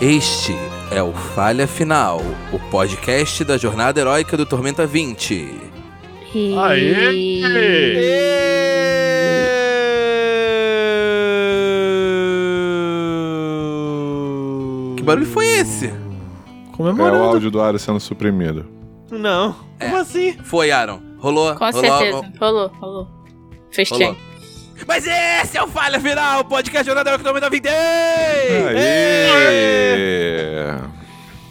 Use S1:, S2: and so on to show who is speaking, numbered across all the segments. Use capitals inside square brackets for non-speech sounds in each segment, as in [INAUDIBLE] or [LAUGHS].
S1: Este é o Falha Final, o podcast da jornada heróica do Tormenta 20.
S2: Aê!
S1: Que barulho foi esse?
S3: É o
S2: Comemorando.
S3: áudio do Ares sendo suprimido.
S2: É Não. Como assim?
S1: Foi, Aaron. Rolou,
S4: Com
S1: rolou,
S4: certeza.
S1: rolou,
S4: Rolou, rolou. Fez
S1: rolou.
S4: check.
S1: Mas esse é o Falha Final, o podcast da jornada heróica do Tormenta 20.
S3: Aê!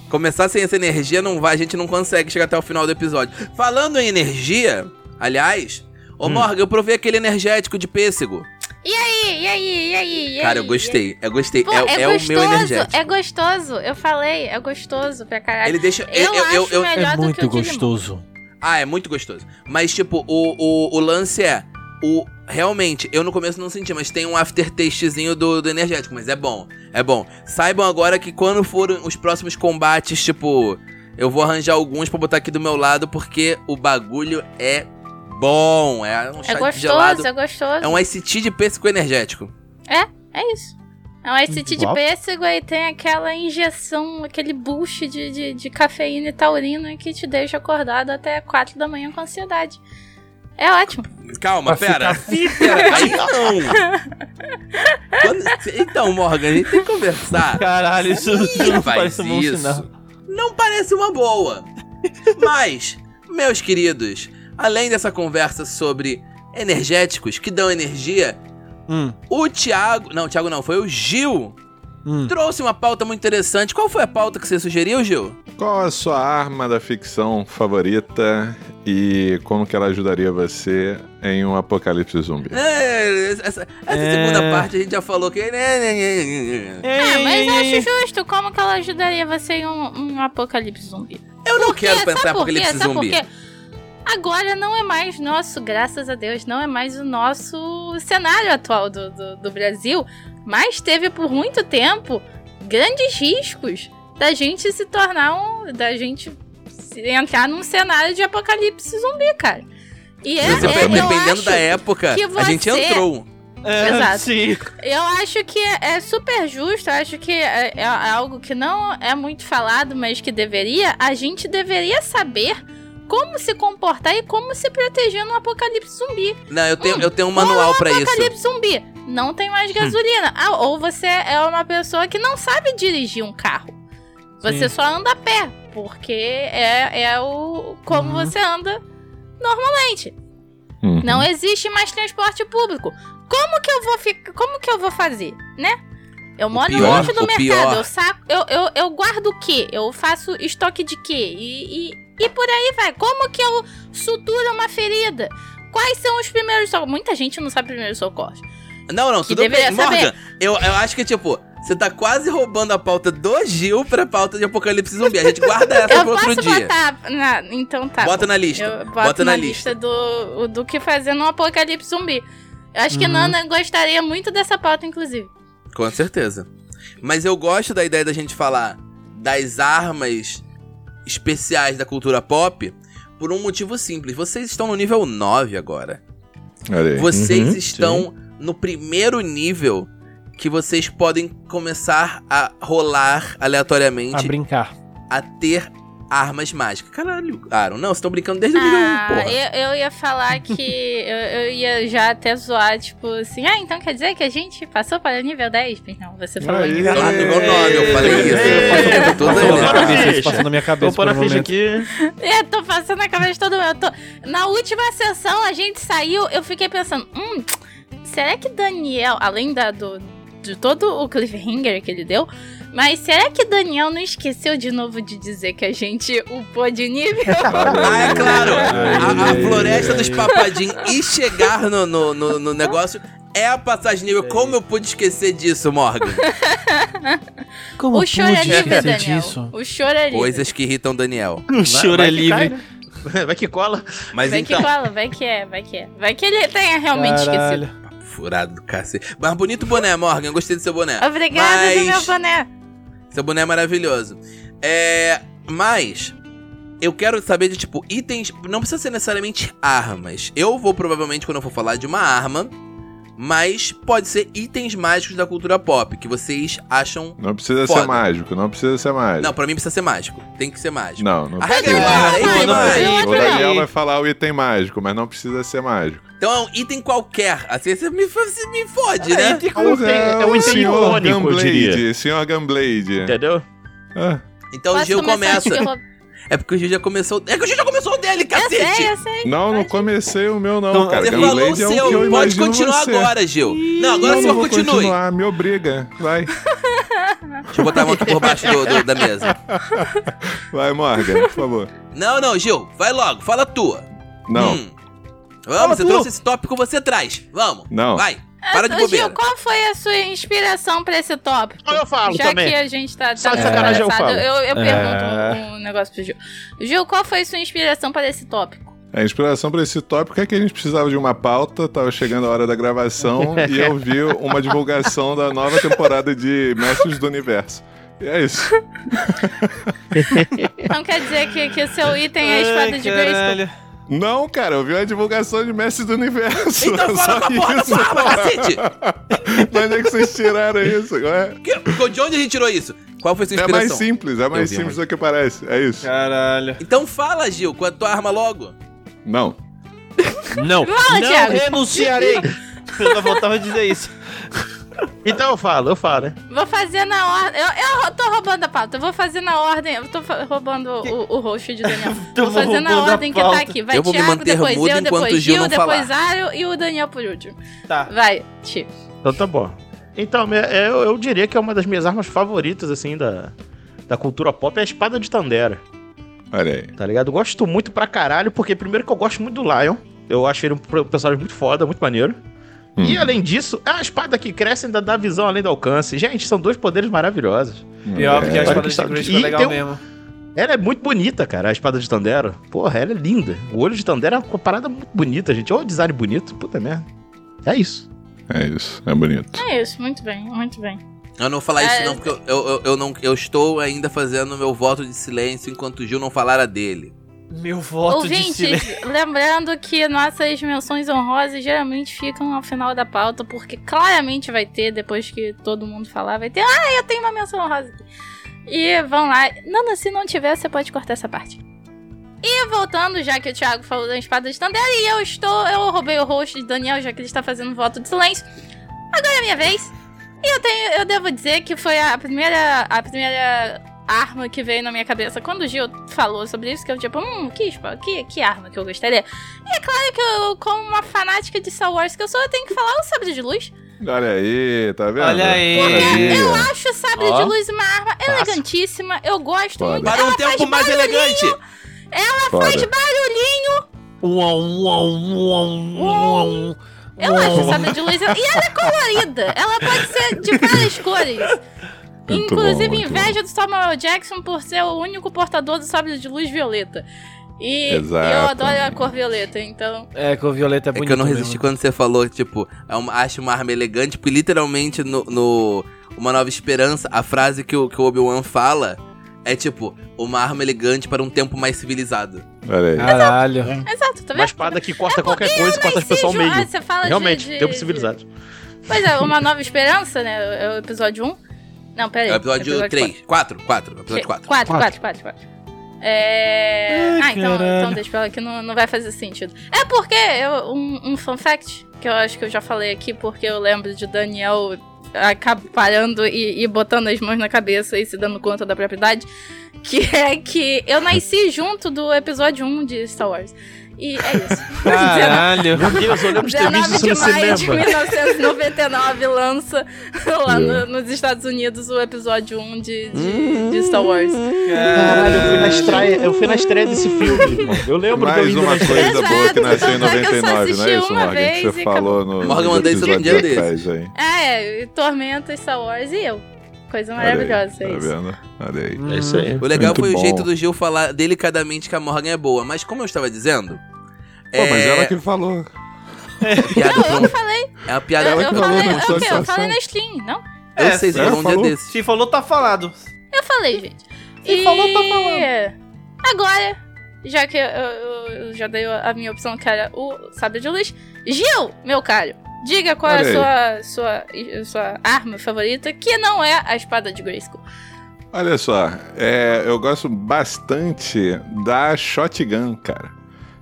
S1: Começar sem essa energia não vai, a gente não consegue chegar até o final do episódio. Falando em energia, aliás, ô Morgan, eu provei aquele energético de pêssego.
S4: E aí, e aí, e aí?
S1: Cara, eu gostei, eu gostei.
S4: Pô,
S1: é
S4: é,
S1: é o
S4: gostoso,
S1: meu energético.
S4: é gostoso. Eu falei, é gostoso pra caralho.
S1: Ele deixa. eu-
S4: Eu,
S1: eu-
S4: acho
S1: eu-
S4: É
S2: É
S4: melhor do que o de limão.
S1: Ah, é muito gostoso. Mas, tipo, o, o, o lance é. O, realmente, eu no começo não senti, mas tem um aftertastezinho do, do energético. Mas é bom, é bom. Saibam agora que quando forem os próximos combates, tipo, eu vou arranjar alguns pra botar aqui do meu lado, porque o bagulho é bom. É um
S4: É
S1: chá
S4: gostoso,
S1: gelado.
S4: é gostoso.
S1: É um ICT de pêssego energético.
S4: É isso. É um ICT de
S2: Uau.
S4: pêssego e tem aquela injeção, aquele boost de, de, de cafeína e taurina que te deixa acordado até 4 da manhã com ansiedade. É ótimo.
S1: Calma, pera. Pera, Aí não. Quando- então, Morgan, a gente tem que conversar.
S2: Caralho, isso
S1: Ih,
S2: não
S1: faz
S2: parece um bom
S1: isso.
S2: sinal.
S1: Não parece uma boa. Mas, meus queridos, além dessa conversa sobre energéticos que dão energia,
S2: Hum,
S1: o Thiago. Não, o Thiago não, foi o Gil.
S2: hum.
S1: Trouxe uma pauta muito interessante. Qual foi a pauta que você sugeriu, Gil?
S3: Qual a sua arma da ficção favorita e como que ela ajudaria você em um apocalipse zumbi?
S1: É, Essa, essa
S2: É.
S1: segunda parte a gente já falou que.
S4: Ah, mas eu
S2: ei, ei.
S4: acho justo. Como que ela ajudaria você em um, um apocalipse zumbi? É,
S1: Eu não quero
S4: Sabe
S1: pensar
S4: por quê?
S1: apocalipse
S4: Sabe por
S1: zumbi.
S4: quê? Agora não é mais nosso, graças a Deus, não é mais o nosso cenário atual do, do, do Brasil, mas teve por muito tempo grandes riscos da gente se tornar um. da gente se- entrar num cenário de apocalipse zumbi, cara. E é,
S3: Mas eu
S4: é- eu
S1: Dependendo
S4: acho-
S1: da época,
S4: que
S1: a gente
S4: você-
S1: entrou.
S2: É,
S4: Exato.
S2: Sim.
S4: Eu acho que é é super justo, eu acho que é, é algo que não é muito falado, mas que deveria. A gente deveria saber como se comportar e como se proteger no apocalipse zumbi.
S1: Não, eu tenho,
S4: Hum,
S1: eu tenho um manual pra isso.
S4: apocalipse zumbi, não tem mais
S2: Hum.
S4: gasolina. Ah, ou você é uma pessoa que não sabe dirigir um carro. Você
S2: Sim.
S4: só anda a pé, porque é, é o como
S2: Uhum.
S4: você anda normalmente.
S3: Uhum.
S4: Não existe mais transporte público. Como que eu vou ficar? Como que eu vou fazer, né? Eu moro
S1: pior-
S4: longe do
S1: o
S4: mercado,
S1: pior-
S4: eu saco, eu, eu, eu guardo o quê? Eu faço estoque de quê? E, e, e por aí vai. Como que eu suturo uma ferida? Quais são os primeiros socorros? Muita gente não sabe primeiros socorros.
S1: Não, não,
S4: Que
S1: tudo bem.
S4: deveria saber.
S1: Morgan, eu, eu acho que, tipo, você tá quase roubando a pauta do Gil pra pauta de Apocalipse Zumbi. A gente guarda essa
S4: [LAUGHS] Eu
S1: pro
S4: posso
S1: outro dia.
S4: botar. na- então tá.
S1: Bota
S4: bom.
S1: na lista.
S4: Eu boto
S1: Bota na
S4: na
S1: lista.
S4: lista do, o- do que fazer num apocalipse zumbi. Eu acho que
S2: Uhum.
S4: Nana gostaria muito dessa pauta, inclusive.
S1: Com certeza. Mas eu gosto da ideia da gente falar das armas especiais da cultura pop por um motivo simples. Vocês estão no nível 9 agora.
S3: Olha aí.
S1: Vocês
S3: Uhum,
S1: estão no primeiro nível que vocês podem começar a rolar
S2: A
S1: aleatoriamente
S2: brincar.
S1: a ter armas mágicas. Caralho, Aaron, não, vocês estão brincando desde o nível 1,
S4: Ah,
S1: porra.
S4: eu, eu ia falar que. eu, eu ia já até zoar, tipo assim. Ah, então quer dizer que a gente passou para o nível 10? Bem, Não, você falou
S2: Aí.
S4: nível
S1: Tô no nível 9, eu falei isso.
S2: Ei!
S1: Eu tô
S2: Passou
S1: doido.
S2: na minha cabeça,
S5: Ficha.
S2: isso Passou na minha
S5: Vou
S2: cabeça
S5: pôr
S2: por
S5: a
S2: um
S5: ficha
S2: momento.
S5: aqui.
S4: Eu tô passando na cabeça de todo mundo. Eu tô- Na última sessão a gente saiu, eu fiquei pensando, hum, será que Daniel, além da, do, de todo o cliffhanger que ele deu, mas será que Daniel não esqueceu de novo de dizer que a gente upou de nível?
S3: Olha
S1: Ah,
S3: aí,
S1: é claro!
S3: olha
S1: A, a
S3: aí.
S1: floresta dos papadinhos e chegar no, no, no, no negócio é a passagem de nível. Como eu pude esquecer disso,
S4: [LAUGHS]
S1: Morgan?
S2: Como
S4: O choro é
S2: pude
S4: livre,
S2: esquecer
S4: Daniel.
S2: disso?
S4: O choro é livre.
S1: Coisas que irritam Daniel.
S2: O choro é livre.
S5: Vai que cola.
S1: Mas
S4: Vai
S1: então.
S4: que cola, vai que é, vai que é. Vai que ele tenha realmente esquecido.
S2: Caralho.
S1: Furado do cacete. Mas bonito boné, Morgan. Gostei do seu boné.
S4: Obrigada do meu
S1: Mas-
S4: boné.
S1: Seu boné é maravilhoso. É. Mas. Eu quero saber de, tipo, itens. Não precisa ser necessariamente armas. Eu vou, provavelmente, quando eu for falar de uma arma, mas pode ser itens mágicos da cultura pop que vocês acham.
S3: Não precisa
S1: Foda.
S3: ser mágico, não precisa ser mágico.
S1: Não, pra mim precisa ser mágico. Tem que ser mágico.
S3: Não, não
S1: A regra é
S3: precisa.
S1: clara, é item
S4: não precisa.
S1: mágico.
S4: Não,
S3: O
S4: não.
S3: Daniel vai falar o item mágico, mas não precisa ser mágico.
S1: Então é um item qualquer. Assim você me, você me fode,
S2: É,
S1: né?
S2: item com- tem- é um item
S3: senhor
S2: icônico, eu diria.
S3: Gunblade, senhor
S1: É.
S3: Gunblade.
S2: Entendeu?
S3: Ah,
S1: Então o
S4: Posso
S1: Gil
S4: começar
S1: começa.
S4: antes que eu roube?
S1: É porque o Gil já começou. É que o Gil já começou o dele,
S4: Eu
S1: cacete!
S4: sei, eu sei.
S3: não, não comecei o meu não,
S2: Então,
S3: cara.
S1: Você falou o
S3: Gunblade é o que eu
S1: seu, pode
S3: imagino
S1: continuar
S3: você.
S1: agora, Gil. Não, agora
S3: não,
S1: o
S3: não
S1: senhor
S3: vou
S1: continue.
S3: continuar, me obriga. Vai,
S1: Deixa eu botar a mão aqui por baixo do- do- da mesa.
S3: vai, Morgan, por favor.
S1: Não, não, Gil, vai logo, fala a tua.
S3: Não,
S1: Hum. Vamos,
S2: Fala
S1: você
S2: tu.
S1: trouxe esse tópico, você traz. Vamos.
S3: Não.
S1: Vai. Para tá de
S4: Ô, Gil,
S1: bobeira.
S4: qual foi a sua inspiração pra esse tópico?
S2: Eu falo
S4: Já
S2: também.
S4: que a gente tá, tá
S2: Só de sacanagem eu
S4: atravessado,
S2: falo.
S4: Eu, eu
S2: É.
S4: pergunto um, um negócio pro Gil. Gil, qual foi a sua inspiração para esse tópico?
S3: A inspiração para esse tópico é que a gente precisava de uma pauta, tava chegando a hora
S1: [LAUGHS]
S3: da gravação e eu vi uma divulgação da nova temporada de Mestres do Universo. E é isso.
S4: Então quer dizer que, que o seu item é a espada de Grayskull?
S2: Grayskull.
S3: Não, cara, eu vi uma divulgação de Mestres do Universo. [LAUGHS]
S1: Então fala
S3: só
S1: pra porra da
S3: isso.
S1: palavra,
S3: [LAUGHS]
S1: cacete.
S3: De onde é que vocês tiraram isso? Agora?
S1: Que- De onde a gente tirou isso? Qual foi a sua
S3: É
S1: inspiração?
S3: mais simples, é mais
S1: vi,
S3: simples do que parece. É isso.
S2: Caralho.
S1: Então fala, Gil, com a tua arma logo.
S3: Não.
S2: Não, não
S4: Thiago.
S2: renunciarei.
S4: [LAUGHS]
S2: Eu só voltava a dizer isso. Então eu falo, eu falo. né?
S4: Vou fazer na ordem. Eu, eu tô roubando a pauta. Eu vou fazer na ordem. Eu tô fa- roubando o, o host de [LAUGHS] Daniel.
S2: Tô
S4: vou fazer na
S2: roubando a
S4: ordem que tá
S2: pauta.
S4: aqui. Vai
S1: Eu vou me
S4: Thiago,
S1: manter
S4: depois
S1: mudo
S4: eu,
S1: enquanto o
S4: depois
S1: Gil
S4: Gil,
S1: não
S4: depois Ario e o Daniel por último.
S2: Tá.
S4: Vai, Ti.
S5: Então tá bom. Então, me- eu, eu diria que é uma das minhas armas favoritas, assim, da, da cultura pop, é a espada de Tandera,
S3: Olha aí.
S5: tá ligado? Eu Gosto muito pra caralho, porque primeiro que eu gosto muito do Lion, eu acho ele um pro- personagem muito foda, muito maneiro.
S3: Hum.
S5: E além disso, é uma espada que cresce e ainda dá visão além do alcance. Gente, são dois poderes maravilhosos.
S2: Pior, porque a
S3: É.
S2: espada de
S5: Olha que
S2: Grayskull é
S5: e
S2: legal
S5: tem um-
S2: mesmo.
S5: Ela é muito bonita, cara, a espada de Tandera. Porra, ela é linda. O olho de Tandera é uma parada muito bonita, gente. Olha o design bonito, puta merda. É isso.
S3: É isso, é bonito.
S4: É isso, muito bem, muito bem.
S1: Eu não vou falar isso
S4: É.
S1: não, porque eu, eu, eu- eu não, eu estou ainda fazendo meu voto de silêncio enquanto o Gil não falar a dele.
S2: Meu voto de silêncio.
S4: Ouvintes, [LAUGHS] lembrando que nossas menções honrosas geralmente ficam ao final da pauta, porque claramente vai ter, depois que todo mundo falar, vai ter. Ah, eu tenho uma menção honrosa aqui. E vão lá. Nana, se não tiver, você pode cortar essa parte. E voltando, já que o Thiago falou da espada de Tandera, e eu estou. Eu roubei o host de Daniel, já que ele está fazendo voto de silêncio. Agora é minha vez. E eu tenho. Eu devo dizer que foi a primeira. A primeira arma que veio na minha cabeça quando o Gil falou sobre isso, que eu tipo, hum, que, espa- que, que arma que eu gostaria. E é claro que eu, como uma fanática de Star Wars que eu sou, eu tenho que falar o sabre de luz.
S3: Olha aí, tá vendo?
S2: Olha aí.
S3: Maravilha.
S4: Acho o sabre
S2: Ó.
S4: de luz uma arma elegantíssima, eu gosto
S3: Foda.
S4: muito.
S1: Para um tempo mais elegante.
S3: Foda.
S2: Uau, uau, uau,
S4: um
S2: uau.
S3: Um,
S4: Eu acho o sabre de luz. E ela é colorida, ela pode ser de várias cores.
S3: [LAUGHS] Muito
S4: Inclusive,
S3: bom, muito
S4: inveja do Samuel Jackson por ser o único portador do sabre de luz violeta. E eu
S3: Exato.
S4: adoro a cor violeta, então.
S2: É, que o Violeta é
S1: É
S2: bonito
S1: que eu não resisti quando você falou, tipo, é uma- acho uma arma elegante, porque literalmente no, no Uma Nova Esperança, a frase que o, que o Obi-Wan fala é tipo, uma arma elegante para um tempo mais civilizado.
S3: Olha aí.
S2: mesmo. Caralho.
S4: Exato, tá vendo? né,
S5: Uma espada que corta qualquer coisa e corta
S4: Mas
S5: as
S4: se
S5: pessoas ao meio.
S4: João- Ah, Você fala de-
S5: Realmente,
S4: de,
S5: tempo civilizado.
S4: de- Pois é, Uma Nova Esperança, né? É o episódio 1. Não, pera aí.
S1: É o episódio 3, 4, 4, episódio 4.
S4: 4,
S2: Quatro.
S4: 4, 4, 4. É...
S2: Ai,
S4: ah, então,
S2: caralho.
S4: então deixa pra lá que não, não vai fazer sentido. É porque, eu, um, um fun fact, que eu acho que eu já falei aqui, porque eu lembro de Daniel acaba parando e, e botando as mãos na cabeça e se dando conta da própria idade, que [LAUGHS] é que eu nasci junto do episódio 1 de Star Wars. E é isso. [LAUGHS]
S2: Caralho.
S5: Meu Deus, eu lembro de ter visto
S4: 19
S5: isso
S4: de
S5: no
S4: maio de
S5: cinema.
S4: 1999 lança lá
S3: Yeah.
S4: no- nos Estados Unidos o episódio 1 de, de- de Star Wars.
S5: Caralho, eu fui na estreia, eu fui na estreia desse filme, irmão. Eu lembro de eu
S3: Mais
S5: indo na
S3: uma
S5: estreia.
S3: coisa boa que nasceu em
S4: Exato, tanto é que eu só
S3: 99, não é
S4: assisti
S3: isso,
S4: uma
S3: Morgan? Que
S4: vez
S3: você
S4: e
S3: falou no.
S1: Morgan
S3: no
S1: mandou isso um
S3: episódio
S1: dia desse.
S3: atrás aí.
S4: É, Tormenta, Star Wars e eu. Coisa
S3: Olha aí,
S4: maravilhosa
S3: Tá
S4: isso.
S3: vendo? Olha aí.
S5: É isso aí.
S1: O legal
S3: Muito
S1: foi o
S3: bom.
S1: jeito do Gil falar delicadamente que a Morgan é boa, mas como eu estava dizendo. é
S3: Pô, mas ela que falou.
S1: piada
S4: [LAUGHS] Não,
S1: pra
S4: eu
S1: um-
S4: que falei.
S1: É uma piada
S4: Eu,
S3: ela
S1: pra
S4: eu
S1: um-
S3: falou
S4: falei, é
S3: na sua
S4: o quê? Eu
S3: situação.
S4: falei na Steam, não?
S1: Eu
S2: É,
S1: sei, você
S3: ela
S1: falou um dia
S3: falou.
S1: desses.
S2: Se falou, tá falado.
S4: Eu falei, gente.
S2: Se falou, tá falando.
S4: Agora, já que eu, eu- eu já dei a minha opção, que era o Sabre de Luz, Gil, meu caro, Diga qual
S3: Olha
S4: é a sua, sua, sua arma favorita, que não é a espada de Grayskull.
S3: Olha só, é, eu gosto bastante da shotgun, cara.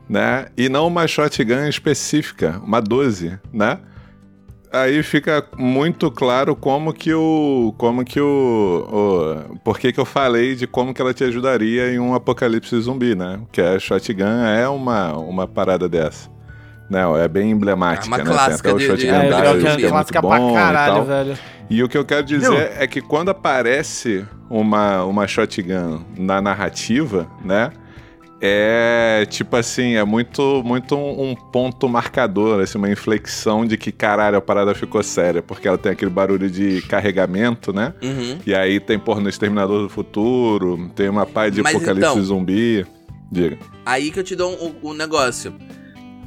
S3: Né? E não uma shotgun específica, uma 12, né? Aí fica muito claro como que o. como que o. o por que que eu falei de como que ela te ajudaria em um apocalipse zumbi, né? Que a shotgun é uma, uma parada dessa. Não, é bem emblemática,
S1: Arma
S3: né? Tem
S1: clássica
S3: até o
S1: de-
S3: shotgun
S1: de-
S2: É,
S1: Lendário,
S2: pior que
S1: isso
S2: é
S1: que é
S2: clássica
S3: muito
S2: pra
S3: bom e
S2: caralho,
S3: tal.
S2: velho.
S3: e o que eu quero dizer
S5: Não.
S3: é que quando aparece uma, uma shotgun na narrativa, né? É tipo assim, é muito muito um, um ponto marcador, assim, uma inflexão de que caralho, a parada ficou séria, porque ela tem aquele barulho de carregamento, né?
S1: Uhum.
S3: E aí tem porra no Exterminador do Futuro, tem uma pá de
S1: Mas
S3: apocalipse
S1: então-
S3: zumbi. Diga.
S1: Aí que eu te dou um, um negócio.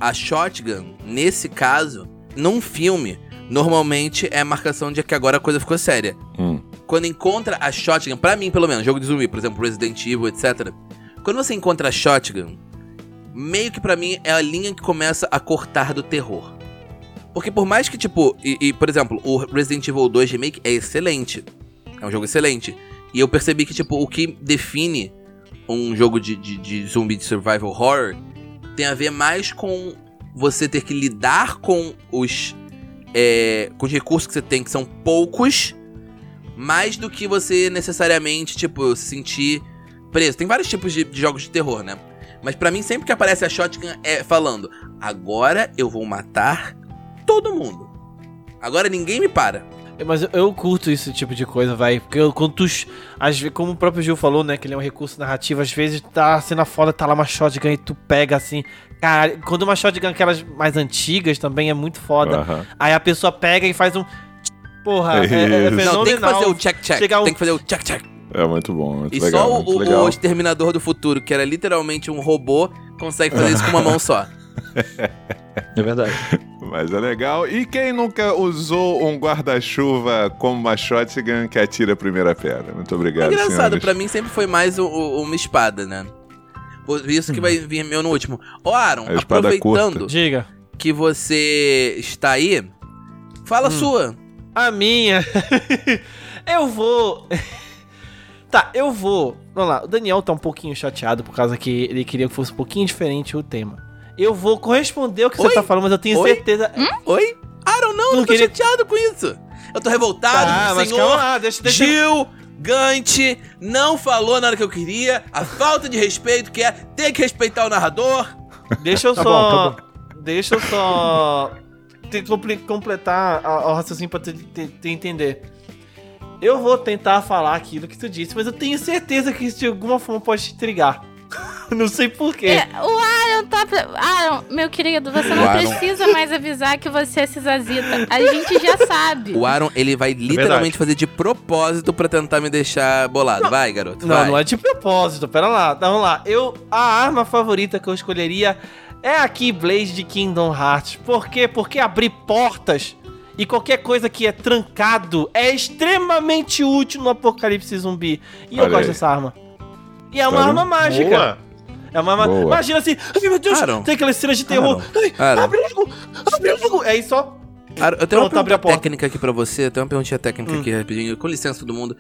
S1: A shotgun, nesse caso, num filme, normalmente é a marcação de que agora a coisa ficou séria.
S3: Hum.
S1: Quando encontra a shotgun, pra mim pelo menos, jogo de zumbi, por exemplo, Resident Evil, etc. Quando você encontra a shotgun, meio que pra mim é a linha que começa a cortar do terror. Porque por mais que, tipo, e, e, por exemplo, o Resident Evil 2 Remake é excelente. É um jogo excelente. E eu percebi que, tipo, o que define um jogo de, de, de zumbi de survival horror tem a ver mais com você ter que lidar com os, é, com os recursos que você tem, que são poucos, mais do que você necessariamente, tipo, se sentir preso. Tem vários tipos de, de jogos de terror, né? Mas pra mim, sempre que aparece a Shotgun, é falando: agora eu vou matar todo mundo. Agora ninguém me para.
S2: É, Mas eu, eu curto esse tipo de coisa, vai. Porque eu- quando tu. Às, ve- como o próprio Gil falou, né? Que ele é um recurso narrativo. Às vezes tá a cena foda, tá lá uma shotgun e tu pega assim. Cara, quando uma shotgun, aquelas mais antigas também é muito foda.
S3: Aham.
S2: Aí a pessoa pega e faz um. Porra, é, é, é
S3: Ah. Isso.
S2: fenomenal.
S1: Não, tem que fazer o check-check.
S2: Chegar um-
S1: Tem que fazer o check-check.
S3: É muito bom, muito
S1: E
S3: legal. é
S1: só
S3: muito
S1: o, o-
S3: legal.
S1: o Exterminador do Futuro, que era literalmente um robô, consegue fazer isso com uma mão
S3: [LAUGHS]
S1: só.
S5: É verdade.
S3: Mas é legal. E quem nunca usou um guarda-chuva como uma shotgun que atira a primeira pedra? Muito obrigado,
S1: É Engraçado,
S3: senhores.
S1: pra mim sempre foi mais o- o- uma espada, né? Por isso que vai vir meu no último. Ô, Aaron,
S3: Uhum. A espada
S1: aproveitando
S2: Diga.
S1: que você está aí, fala a
S2: Hum.
S1: sua.
S2: A minha. [LAUGHS] eu vou. [LAUGHS] tá, eu vou. Vamos lá, o Daniel tá um pouquinho chateado por causa que ele queria que fosse um pouquinho diferente o tema. Eu vou corresponder o que
S1: Oi?
S2: você tá falando, mas eu tenho
S1: Oi?
S2: certeza.
S1: Oi? Aaron, não, eu não tô
S2: queria-
S1: chateado com isso. Eu tô revoltado,
S2: Tá, mas calma
S1: Ah, senhor.
S2: lá, deixa, deixa
S1: Gil Gante não falou na hora que eu queria. A falta de respeito que é ter que respeitar o narrador.
S2: Deixa eu
S5: Tá
S2: só.
S5: bom,
S2: Deixa eu só. te- comple- completar a- o raciocínio pra tu te- te entender. Eu vou tentar falar aquilo que tu disse, mas eu tenho certeza que isso de alguma forma pode te intrigar. [LAUGHS] Não sei porquê.
S4: É, o Aaron tá. Pra... Aaron, meu querido, você não
S1: O Aaron-
S4: precisa mais avisar que você é cisazita. A gente já sabe.
S1: O Aaron, ele
S2: É
S1: vai literalmente
S5: verdade.
S1: fazer de propósito pra tentar me deixar bolado. Vai, garoto,
S2: Não,
S1: vai.
S2: não é de propósito, pera lá, tá, vamos lá. Eu, a arma favorita que eu escolheria é a Keyblade de Kingdom Hearts. Por quê? Porque abrir portas e qualquer coisa que é trancado é extremamente útil no apocalipse zumbi. E eu
S3: Olha
S2: gosto
S3: aí.
S2: dessa arma. E é uma
S3: Tá
S1: Então,
S2: arma
S3: vendo?
S2: mágica.
S5: Boa.
S2: É uma arma...
S3: Boa.
S2: Imagina assim, ai meu Deus,
S1: Aaron.
S2: tem aquelas cenas de terror. Ai,
S1: Aaron.
S2: Abre logo, abre logo. É Aí só...
S1: Aaron, eu tenho
S2: Pronto,
S1: uma
S2: abre
S1: pergunta
S2: a porta.
S1: técnica aqui pra você. Eu tenho uma perguntinha técnica
S2: Hum.
S1: aqui rapidinho. Com licença, todo mundo.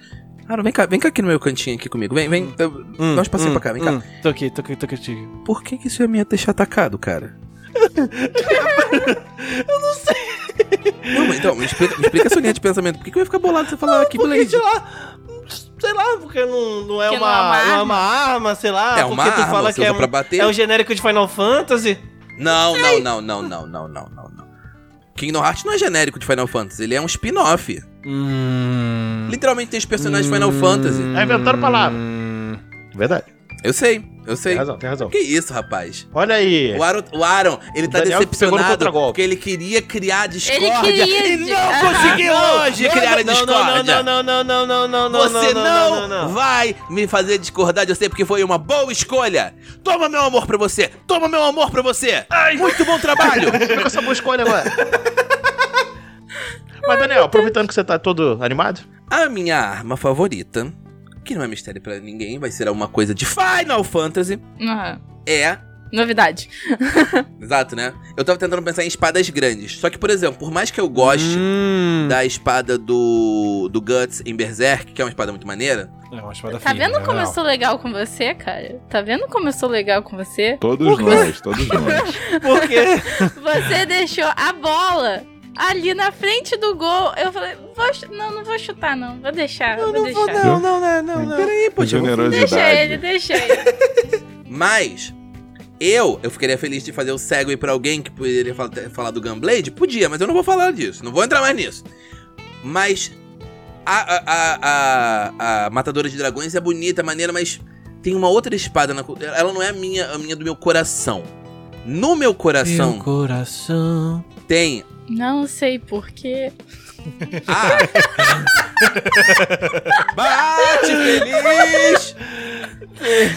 S1: Aaron, vem cá, vem cá aqui no meu cantinho aqui comigo. Vem, vem. Eu-
S2: Hum.
S1: Dá um espacinho pra cá, vem cá.
S2: Tô aqui, tô aqui, tô aqui, tô aqui.
S1: Por que, que isso ia me deixar atacado,
S2: [LAUGHS]
S1: cara? eu não sei. Não, mas então, me explica, me explica essa linha de pensamento. Por que, que eu ia ficar bolado se você falar aqui,
S2: Porque,
S1: Blade?
S2: sei lá, sei lá, porque não, não, é,
S4: Porque
S2: uma,
S4: não é uma
S2: não é uma arma, sei lá,
S1: É uma
S2: porque tu
S1: arma,
S2: fala
S1: você
S2: que é
S1: usa pra
S2: um,
S1: bater?
S2: é um genérico de Final Fantasy.
S1: Não, não, não, não, não, não, não, não, não. Kingdom Hearts não é genérico de Final Fantasy, ele é um spin-off.
S2: Hum,
S1: Literalmente tem os personagens de Final Fantasy.
S3: Hum.
S2: É
S5: Tá inventando palavra. Verdade.
S1: Eu sei, eu sei.
S5: Tem
S2: É
S5: razão, tem razão.
S1: Que isso, rapaz?
S5: Olha aí.
S1: O Aaron, o Aaron, ele tá
S5: É. Daniel pegou no
S1: decepcionado
S5: contragolpe.
S1: porque ele queria criar discórdia
S4: Ele queria
S1: e
S4: de-
S1: não
S4: Ah,
S1: conseguiu
S2: não,
S1: hoje criar a
S2: não, não,
S1: discórdia.
S2: não, não, não, não, não, não, não,
S1: Você
S2: não,
S1: não, vai me fazer discordar de você porque foi uma boa escolha. Toma meu amor pra você. Toma meu amor pra você. Muito bom
S5: [LAUGHS]
S1: trabalho.
S5: Fica com essa boa escolha
S1: [LAUGHS]
S5: agora. Mas, Daniel, aproveitando que você tá todo animado,
S1: A minha arma favorita, que não é mistério pra ninguém, vai ser alguma coisa de Final Fantasy,
S4: Aham.
S1: é
S4: Novidade.
S1: Exato, né? Eu tava tentando pensar em espadas grandes. Só que, por exemplo, por mais que eu goste
S2: Hum.
S1: da espada do, do Guts em Berserk, que é uma espada muito maneira,
S2: É uma espada
S4: Tá
S2: firme,
S4: vendo
S2: né?
S4: como eu
S2: Não.
S4: sou legal com você, cara? Tá vendo como eu sou legal com você?
S3: Todos nós,
S1: [LAUGHS]
S3: todos nós.
S2: Por
S4: [LAUGHS]
S2: quê?
S4: Você deixou a bola ali na frente do gol. Eu falei, vou chu- não, não vou chutar, não. Vou deixar, vou deixar.
S3: não,
S2: não, não,
S1: Peraí,
S3: Com
S1: poxa. eu vou-
S3: generosidade.
S4: Deixa ele, deixa ele.
S1: Mas eu, eu ficaria feliz de fazer o segue pra alguém que poderia fal- falar do Gunblade? Podia, mas eu não vou falar disso. Não vou entrar mais nisso. Mas a, a- a- a- a Matadora de Dragões é bonita, maneira, mas tem uma outra espada na. co- Ela não é a minha, a minha do meu coração. No meu coração
S2: Meu coração.
S1: tem
S4: Não sei porquê.
S2: [LAUGHS]
S1: a. Bate feliz!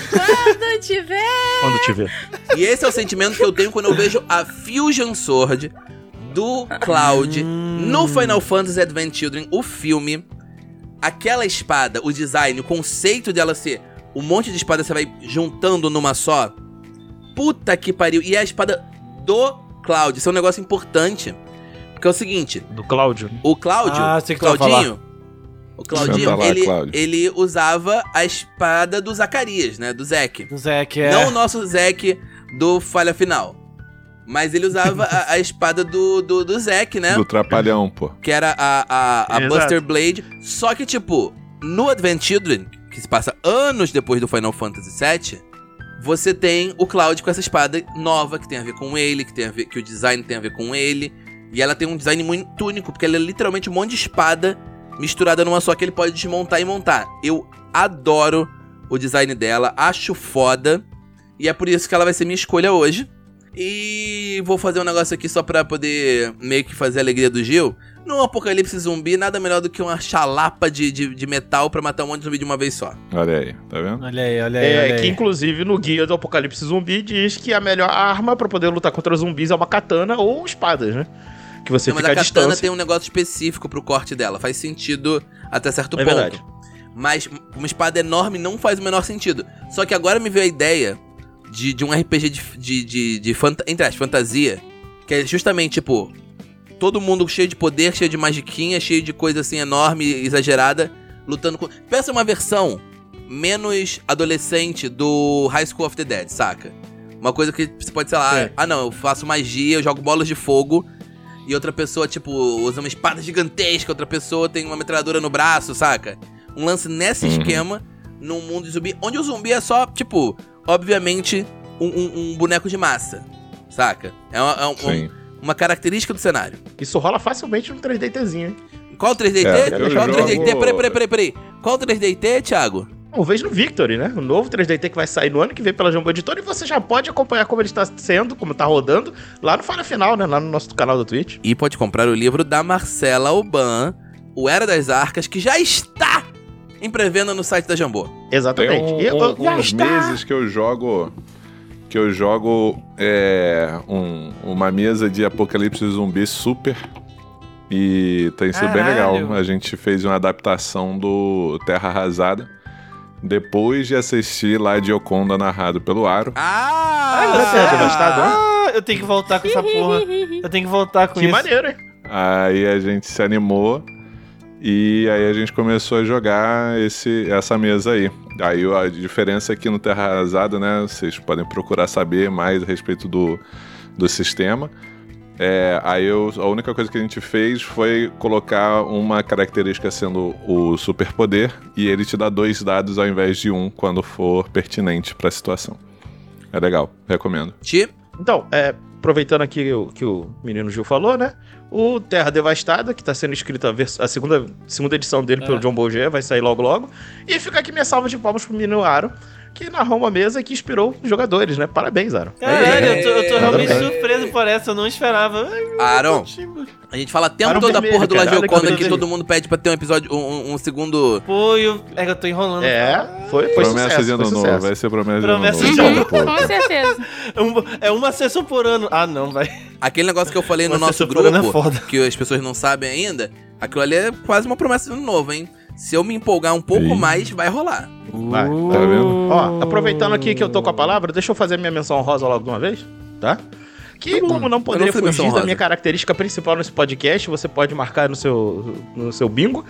S4: Quando tiver.
S5: Quando tiver.
S1: E esse é o sentimento que eu tenho quando eu vejo a Fusion Sword do Cloud
S2: Hum.
S1: no Final Fantasy Advent Children, o filme. Aquela espada, o design, o conceito dela ser um monte de espada você vai juntando numa só. Puta que pariu. E é a espada do Cloud. Isso é um negócio importante. Porque é o seguinte,
S5: Do Cláudio.
S1: o Cláudio,
S2: Ah, sei
S1: o
S2: que eu ia
S1: Claudinho, o Claudinho,
S3: Senta lá,
S1: ele,
S3: Cláudio.
S1: ele usava a espada do Zacarias, né, do Zeke.
S2: O Zé que é.
S1: Não o nosso Zack do Falha Final. Mas ele
S2: [LAUGHS]
S1: usava a, a espada do, do, do Zack, né?
S3: Do trapalhão, pô.
S1: Que era a, a, a
S5: Exato.
S1: Buster Blade. Só que, tipo, no Advent Children, que se passa anos depois do Final Fantasy VII, você tem o Cloud com essa espada nova, que tem a ver com ele, que, tem a ver, que o design tem a ver com ele. E ela tem um design muito único, porque ela é literalmente um monte de espada misturada numa só que ele pode desmontar e montar. Eu adoro o design dela, acho foda. E é por isso que ela vai ser minha escolha hoje. E vou fazer um negócio aqui só pra poder meio que fazer a alegria do Gil. Num apocalipse zumbi, nada melhor do que uma chalapa de, de, de metal pra matar um monte de zumbi de uma vez só.
S3: Olha aí, tá vendo?
S2: Olha aí, olha aí.
S5: É,
S2: olha
S5: que
S2: aí.
S5: inclusive no guia do Apocalipse Zumbi diz que a melhor arma pra poder lutar contra zumbis é uma katana ou espadas, né? Que você
S1: Não, mas a
S5: fica à
S1: katana
S5: distância.
S1: tem um negócio específico pro corte dela. Faz sentido até certo
S5: É
S1: ponto.
S5: verdade.
S1: Mas uma espada enorme não faz o menor sentido. Só que agora me veio a ideia de, de um RPG de, de, de, de fanta- entre as, fantasia. Que é justamente, tipo, todo mundo cheio de poder, cheio de magiquinha, cheio de coisa assim enorme, exagerada, lutando com. Pensa uma versão menos adolescente do High School of the Dead, saca? Uma coisa que você pode, sei lá,
S5: É.
S1: ah não, eu faço magia, eu jogo bolas de fogo. E outra pessoa, tipo, usa uma espada gigantesca, outra pessoa tem uma metralhadora no braço, saca? Um lance nesse
S3: Uhum.
S1: esquema, num mundo de zumbi, onde o zumbi é só, tipo, obviamente, um, um- um boneco de massa, saca? É uma, é um-
S3: Sim.
S1: uma característica do cenário.
S5: Isso rola facilmente no 3DTzinho, hein?
S1: Qual 3DT?
S3: É,
S5: eu
S1: Qual
S5: jogo-
S1: 3DT? Peraí, peraí, peraí, peraí. Qual 3DT, Thiago?
S5: Talvez no Victory, né? O novo 3DT que vai sair no ano que vem pela Jumbo Editora e você já pode acompanhar como ele está sendo, como tá rodando, lá no Fala Final, né? Lá no nosso canal da Twitch.
S1: E pode comprar o livro da Marcela Alban, O Era das Arcas, que já está em pré-venda no site da Jambô.
S3: Tem
S5: Exatamente.
S3: um-
S5: E eu-
S3: um-
S5: já
S3: uns
S5: está.
S3: meses que eu jogo. Que eu jogo é, um- uma mesa de apocalipse zumbi super. E tem sido bem
S2: Caralho.
S3: legal. A gente fez uma adaptação do Terra Arrasada. Depois de assistir lá de Oconda narrado pelo Aro.
S1: Ah!
S5: Ah, você é gostado, né?
S2: Ah, eu tenho que voltar com essa porra. Eu tenho que voltar com
S5: Que
S2: isso.
S5: maneiro, hein?
S3: Aí a gente se animou e aí a gente começou a jogar esse, essa mesa aí. Aí a diferença é que no Terra Arrasada, né? Vocês podem procurar saber mais a respeito do, do sistema. É, aí eu- a única coisa que a gente fez foi colocar uma característica sendo o superpoder e ele te dá dois dados ao invés de um quando for pertinente para a situação. É legal, recomendo.
S1: Ti?
S5: Então, é, aproveitando aqui o que o menino Gil falou, né? O Terra Devastada, que tá sendo escrita a, vers- a segunda, segunda edição dele pelo
S2: É.
S5: John Bolger, vai sair logo logo. E fica aqui minha salva de palmas pro menino Aro, que narrou uma mesa que inspirou os jogadores, né? Parabéns, Aro.
S2: Caralho, eu tô, eu tô
S1: É.
S2: realmente
S5: Adorei.
S2: surpreso por essa, eu não esperava. Ai, meu
S3: um
S1: Aaron,
S2: Deus.
S1: a gente fala o tempo
S5: Aaron
S1: todo da
S5: vermelho,
S1: porra do
S5: cara.
S1: Lajeoconda
S5: Olha que
S1: Conda que
S5: vermelho.
S1: todo mundo pede pra ter um episódio, um, um- um segundo...
S2: Pô, eu, é que eu tô enrolando.
S5: É, foi, foi
S3: promessa
S5: sucesso.
S3: de
S5: Foi
S3: ano novo,
S5: sucesso.
S3: vai ser promessa,
S2: Promessa
S3: de
S2: de
S3: ano novo.
S4: Com
S3: Tá pô.
S4: certeza.
S2: É uma, é uma sessão por ano. Ah, não, vai.
S1: Aquele negócio que eu falei no
S2: Uma
S1: nosso
S2: sessão
S5: né?
S2: por ano é
S1: grupo,
S2: foda.
S1: que as pessoas não sabem ainda, aquilo ali é quase uma promessa de ano novo, hein? Se eu me empolgar um pouco
S3: Ih.
S1: mais, vai rolar.
S5: Vai,
S3: Tá vendo?
S5: Ó, aproveitando aqui que eu tô com a palavra, deixa eu fazer minha menção rosa logo de uma vez, tá? Que, como não poderia
S1: Eu não fui
S5: fugir
S1: menção
S5: da
S1: rosa.
S5: minha característica principal nesse podcast, você pode marcar no seu, no seu bingo,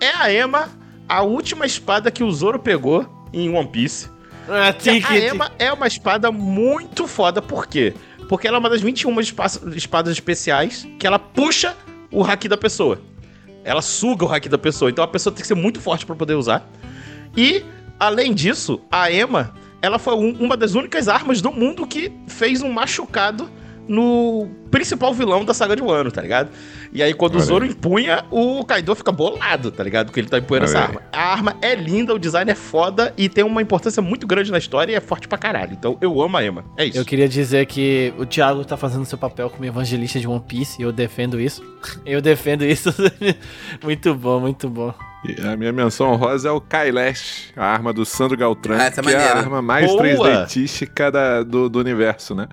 S5: é a Ema, a última espada que o Zoro pegou em One Piece.
S2: Ah, tique,
S5: A
S2: tique.
S5: Ema é uma espada muito foda, por quê? Porque ela é uma das 21 espa- espadas especiais que ela puxa o haki da pessoa. Ela suga o haki da pessoa, então a pessoa tem que ser muito forte pra poder usar. E, além disso, a Ema, ela foi um- uma das únicas armas do mundo que fez um machucado no principal vilão da saga de Wano, tá ligado? E aí, quando
S3: Olha
S5: o Zoro empunha, o Kaido fica bolado, tá ligado? Porque ele tá empunhando essa
S3: Olha aí.
S5: arma. A arma é linda, o design é foda e tem uma importância muito grande na história e é forte pra caralho. Então, eu amo a Ema. É isso.
S2: Eu queria dizer que o Thiago tá fazendo seu papel como evangelista de One Piece e eu defendo isso. Eu defendo isso. [LAUGHS] muito bom, muito bom.
S3: E a minha menção rosa é o Kailash, a arma do Sandro Galtran,
S1: Ah, essa é
S3: que é a
S1: maneira.
S3: arma mais
S5: Boa!
S3: 3D artística da- do, do universo, né?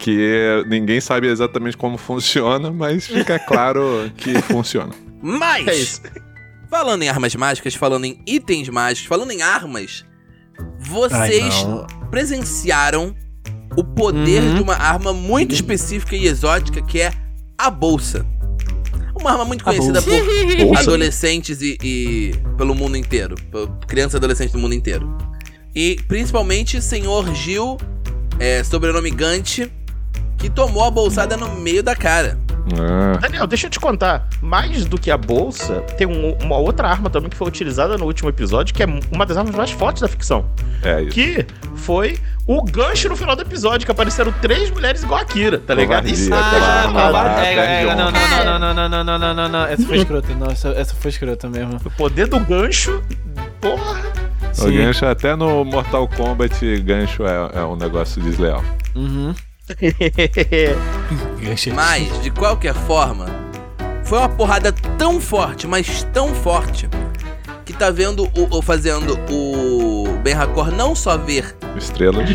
S3: Que ninguém sabe exatamente como funciona,
S1: [LAUGHS]
S3: mas fica claro que funciona.
S1: Mas,
S5: É
S1: [LAUGHS]
S5: isso.
S1: falando em armas mágicas, falando em itens mágicos, falando em armas, vocês presenciaram o poder
S2: Uhum.
S1: de uma arma muito específica e exótica que é a bolsa. Uma arma muito
S2: A
S1: conhecida
S2: bolsa.
S1: por adolescentes e, e pelo mundo inteiro, por crianças e adolescentes do mundo inteiro. E principalmente senhor Gil, é, sobrenome Gante, que tomou a bolsada no meio da cara.
S3: Ah,
S5: Daniel, deixa eu te contar. Mais do que a bolsa, tem um- uma outra arma também que foi utilizada no último episódio, que é uma das armas mais fortes da ficção.
S3: é isso.
S5: Que foi o gancho no final do episódio, que apareceram três mulheres igual a Kira, tá ligado?
S3: Covardia,
S5: é
S3: tá
S5: coisa
S3: lá,
S5: de
S3: tá lá.
S5: malvado.
S2: É, é, é, não, não,
S4: Cara.
S2: não, não, não, não, não, não, não, não. Essa foi escrota. Não, essa, essa foi escrota mesmo.
S5: O poder do gancho, porra.
S3: O
S2: Sim.
S3: gancho, até no Mortal Kombat, gancho é, é um negócio desleal.
S2: [LAUGHS] Uhum.
S1: Mas, de qualquer forma, foi uma porrada tão forte, mas tão forte, que tá vendo o, o- fazendo o Ben Racor não só ver.
S3: Estrelas.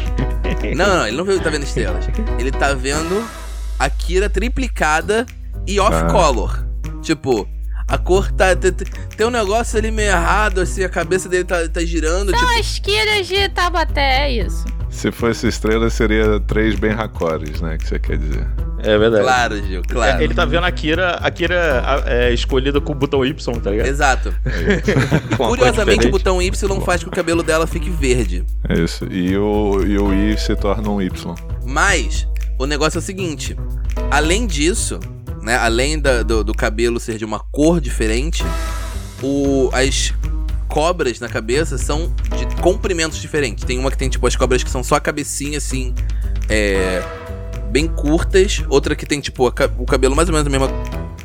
S1: Não, não, ele não viu- tá vendo estrelas. Ele tá vendo a Kira triplicada e
S3: Ah.
S1: off-color. Tipo, a cor tá. te- te- Tem um negócio ali meio errado, assim, a cabeça dele tá, tá girando. tipo,
S4: As queiras de Tabaté, é isso.
S3: Se fosse estrela, seria três bem racores, né? Que você quer dizer.
S5: É verdade.
S1: claro, Gil, claro.
S5: Ele tá vendo a Kira, a Kira a- é, escolhida com o botão Y, tá ligado?
S1: Exato.
S5: Com uma cor
S1: Curiosamente,
S5: diferente.
S1: o botão Y faz com que o cabelo dela fique verde.
S3: É isso. E o, e o I se torna um Y.
S1: Mas o negócio é o seguinte: além disso, né? Além da- do, do cabelo ser de uma cor diferente, o, as cobras na cabeça são de comprimentos diferentes. Tem uma que tem, tipo, as cobras que são só a cabecinha, assim. É, bem curtas. Outra que tem, tipo, a ca- o cabelo mais ou menos o mesmo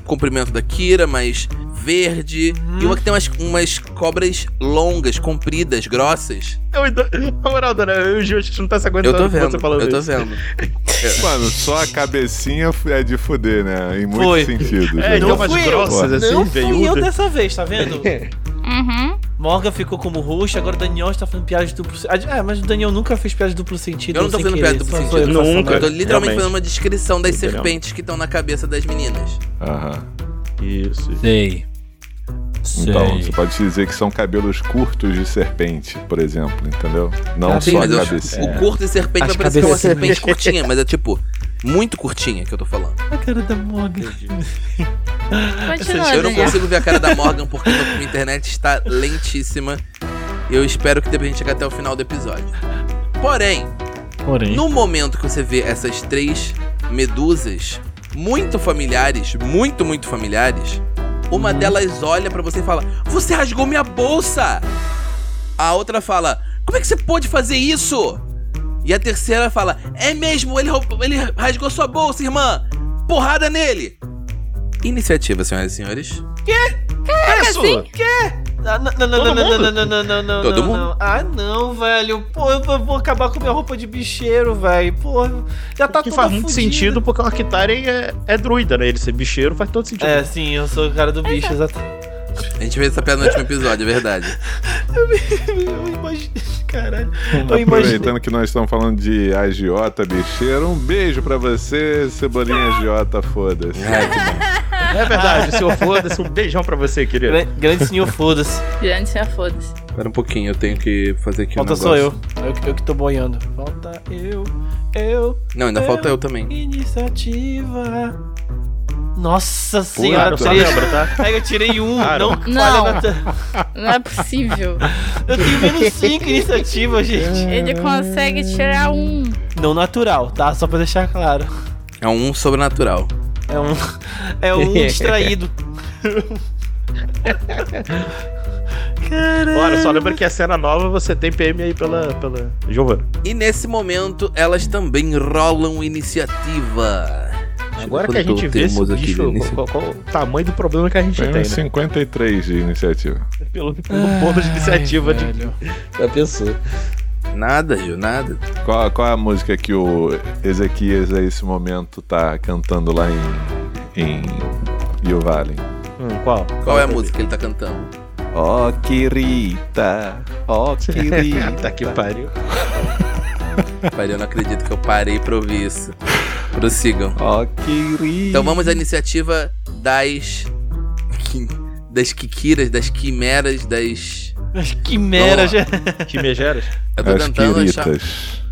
S1: comprimento da Kira, mas verde. E uma que tem umas, umas cobras longas, compridas, grossas.
S5: Eu e Dan- É Na moral, Daniel, eu e o Gil, a gente não tá se
S1: Eu
S5: aguentando
S1: tô
S5: com
S1: vendo,
S5: você falando
S1: eu tô
S5: isso.
S1: vendo.
S5: É.
S3: Mano, só a cabecinha é de fuder, né? Em muitos
S2: Foi.
S3: sentidos.
S5: É,
S3: né?
S5: então umas
S2: fui eu.
S5: grossas, assim,
S2: Não fui eu
S5: veiudas.
S2: dessa vez, tá [LAUGHS] vendo?
S4: Uhum.
S2: Morgan ficou como roxo, agora o Daniel está fazendo piadas de duplo sentido. Ah, mas o Daniel nunca fez piadas de duplo sentido.
S1: Eu não tô
S2: sem
S1: fazendo
S2: querer,
S1: piada de duplo
S2: só sou
S1: sentido.
S2: eu que faço
S5: Nunca.
S1: Eu tô
S2: merda.
S1: literalmente
S5: Realmente.
S1: fazendo uma descrição das
S5: Literalmente.
S1: serpentes que estão na cabeça das meninas.
S3: Aham.
S5: Isso.
S6: Sei.
S3: Então, você pode dizer que são cabelos curtos de serpente, por exemplo, entendeu? Não
S1: Sim,
S3: Tá só a é.
S1: mas eu-
S3: cabecinha.
S1: o curto de serpente
S2: As
S1: vai parecer que é uma
S2: cabecinhas.
S1: serpente curtinha, mas é tipo, muito curtinha que eu tô falando.
S2: A cara da Morgan.
S4: Continua,
S1: Eu não
S4: Daniel.
S1: consigo ver a cara da Morgan porque a internet está lentíssima. Eu espero que dê pra gente chegar até o final do episódio. Porém,
S2: Porém.
S1: no momento que você vê essas três medusas, muito familiares, muito, muito familiares, uma delas olha pra você e fala: Você rasgou minha bolsa! A outra fala: Como é que você pôde fazer isso? E a terceira fala: É mesmo, ele, roubou- ele rasgou sua bolsa, irmã! Porrada nele! Iniciativa, senhoras e senhores.
S2: É
S5: Isso!
S2: assim, Ah, não, não, não, não,
S5: Todo
S2: não,
S5: mundo?
S2: não, não, não, não,
S1: Todo
S2: não,
S1: mundo?
S2: não. Ah, não, velho. Pô, eu vou- vou acabar com minha roupa de bicheiro, velho. Pô, já tá
S5: que
S2: tudo
S5: faz muito sentido, porque o Arctaren é, é druida, né? Ele ser bicheiro faz todo sentido.
S2: É, sim, eu sou o cara do bicho, exato.
S1: A gente fez essa piada no último episódio, é [LAUGHS] verdade.
S2: [LAUGHS] Eu imaginei, caralho. Eu imaginei.
S3: Aproveitando que nós estamos falando de agiota bicheira, um beijo pra você, cebolinha agiota, foda-se.
S5: É verdade, senhor foda-se. Um beijão pra você, querido.
S2: Gran- Grande senhor, foda-se.
S4: Grande senhor, foda-se.
S1: Espera um pouquinho, eu tenho que fazer aqui
S2: Falta
S1: um
S2: sou
S1: negócio.
S2: eu. eu. que- Eu que tô boiando. Falta eu. Eu.
S1: Não, ainda falta eu também.
S2: Iniciativa. Nossa senhora,
S5: Claro,
S2: eu
S5: só
S2: tirei.
S5: lembra,
S2: [LAUGHS]
S5: tá?
S2: Aí eu tirei um,
S5: Claro.
S2: não,
S4: Não.
S2: olha na ta-
S4: Não é possível.
S2: Eu tenho
S1: [LAUGHS]
S2: menos cinco iniciativas, gente.
S4: Ele consegue tirar um.
S2: Não natural, tá? Só pra deixar claro.
S1: É um sobrenatural.
S2: É um, é
S5: [LAUGHS]
S2: um distraído. Caramba.
S5: Olha, só lembra que a cena nova você tem PM aí pela, pela Giovana.
S1: E nesse momento, elas também rolam iniciativa. Deixa eu
S5: Agora
S1: ver
S5: que a
S1: quanto
S5: gente
S1: eu
S5: vê esse
S1: temos aqui de
S5: bicho,
S1: inici-
S5: qual, qual o tamanho do problema que a gente
S3: Tem
S5: tem,
S3: uns
S2: assim.
S5: né?
S3: 53 de iniciativa.
S5: Pelo, pelo ponto de iniciativa de, da pessoa.
S1: Nada, Gil, nada.
S3: Qual, qual a música que o Ezequias a esse momento tá cantando lá em, em Yuvalin?
S5: Hum, qual?
S1: Qual é a música que ele tá cantando?
S5: [LAUGHS]
S3: Ó querida, ó [LAUGHS]
S5: Tá que pariu.
S1: Pai, eu não acredito que eu parei pra ouvir isso. Prossigam.
S3: ó querida.
S1: Então vamos à iniciativa das. qui- Das Kikiras, das Quimeras, das.
S2: Mas que merda,
S1: Vamos lá.
S2: já.
S5: Chimejeras?
S1: Eu tô
S3: As
S1: tentando achar.
S3: queridas.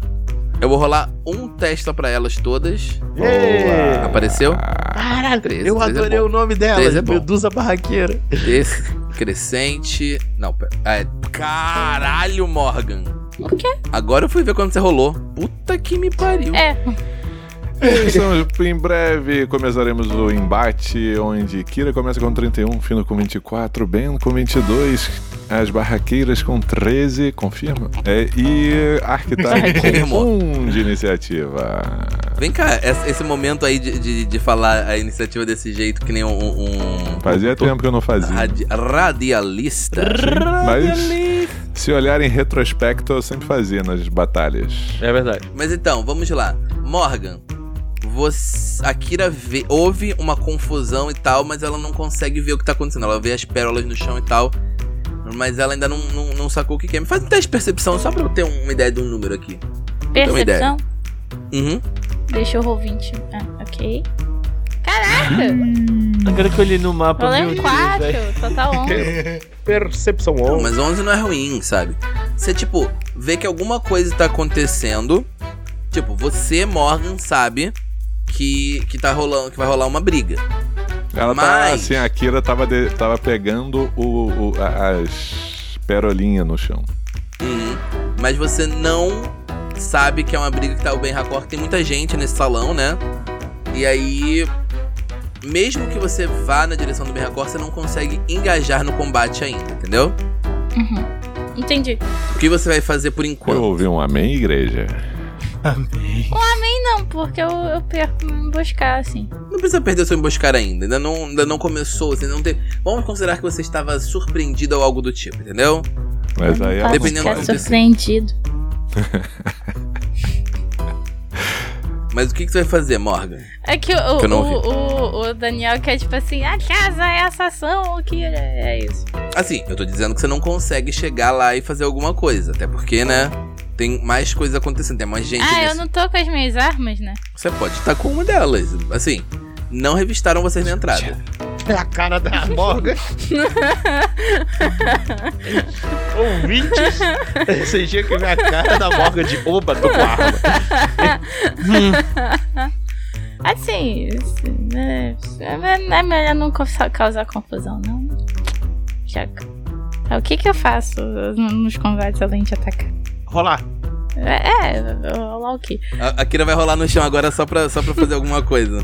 S1: Eu vou rolar um testa pra elas todas.
S5: Boa.
S1: Apareceu?
S5: Caralho,
S1: Três,
S5: eu
S1: três é
S5: adorei
S1: bom.
S5: o nome dela.
S1: Três é bom.
S5: Medusa Barraqueira.
S1: Desse, crescente. Não, pera. Ah, é- caralho, Morgan.
S4: O quê?
S1: Agora eu fui ver quando você rolou. Puta que me pariu.
S4: É,
S3: Estamos, em breve começaremos o embate, onde Kira começa com 31, Fino com 24, Ben com 22, as barraqueiras com 13, confirma, é, e Arquitar
S1: [LAUGHS] Confirmou.
S3: com 1 de iniciativa.
S1: Vem cá, essa- esse momento aí de, de, de falar a iniciativa desse jeito, que nem um, um
S3: Fazia tempo que eu não fazia.
S1: radi- radialista. Ah,
S3: Mas se olhar em retrospecto, eu sempre fazia nas batalhas.
S5: É verdade.
S1: Mas então, vamos lá. Morgan, você, a Kira vê, houve uma confusão e tal, mas ela não consegue ver o que tá acontecendo. Ela vê as pérolas no chão e tal, mas ela ainda não, não, não sacou o que, que é. Me faz um teste de percepção, só pra eu ter uma ideia de um número aqui. ideia.
S4: percepção.
S1: Uhum.
S4: Deixa eu rolar 20. Ah, ok.
S1: Hum,
S4: Caraca!
S2: Agora que eu olhei no mapa, meu
S4: Rolei um
S2: Deus,
S4: 4,
S2: velho.
S1: [LAUGHS]
S4: total 11.
S5: Percepção
S1: Não,
S5: 11.
S1: mas 11 não é ruim, sabe? Você, tipo, vê que alguma coisa tá acontecendo. Tipo, você, Morgan, sabe que, que tá rolando, que vai rolar uma briga.
S3: Ela tá
S1: Mas-
S3: assim, a Kira tava, de- tava pegando o, o- a- as perolinhas no chão.
S1: Uhum. Mas você não sabe que é uma briga que tá o Ben Raccord. Tem muita gente nesse salão, né? E aí. Mesmo que você vá na direção do Ben Raccord, você não consegue engajar no combate ainda, entendeu?
S4: Uhum. Entendi.
S1: O que você vai fazer por enquanto?
S3: Eu ouvi um amém, igreja?
S2: Amém.
S4: Não, porque eu, eu perco em buscar, assim.
S1: Não precisa perder seu emboscar ainda. Ainda não, ainda não começou. Você não teve... Vamos considerar que você estava surpreendido ou algo do tipo, entendeu?
S3: Mas aí ela não
S1: Dependendo
S4: ficar
S1: do
S3: pode.
S1: que
S4: surpreendido.
S1: Mas o que, que você vai fazer, Morgan?
S4: É que o,
S1: Que eu não
S4: o, o, o Daniel quer, tipo assim, a casa é essa ação, o que é, é isso.
S1: Assim, eu tô dizendo que você não consegue chegar lá e fazer alguma coisa. Até porque, né? Tem mais coisas acontecendo, tem mais gente.
S4: ah, eu
S1: nesse-
S4: não tô com as minhas armas, né?
S1: Você pode estar com uma delas. Assim, não revistaram vocês na entrada.
S5: É [LAUGHS] a cara da Morgan. [LAUGHS] Ouvintes, vocês tinham que ver a cara da Morgan de oba, tô com arma.
S4: Assim, assim, né? é, é melhor não causa- causar confusão, não. Já, Ah, o que que eu faço nos combates além de atacar?
S5: Rolar.
S4: É, é lá o que?
S1: A, a Kira vai rolar no chão agora só pra, só pra fazer alguma coisa.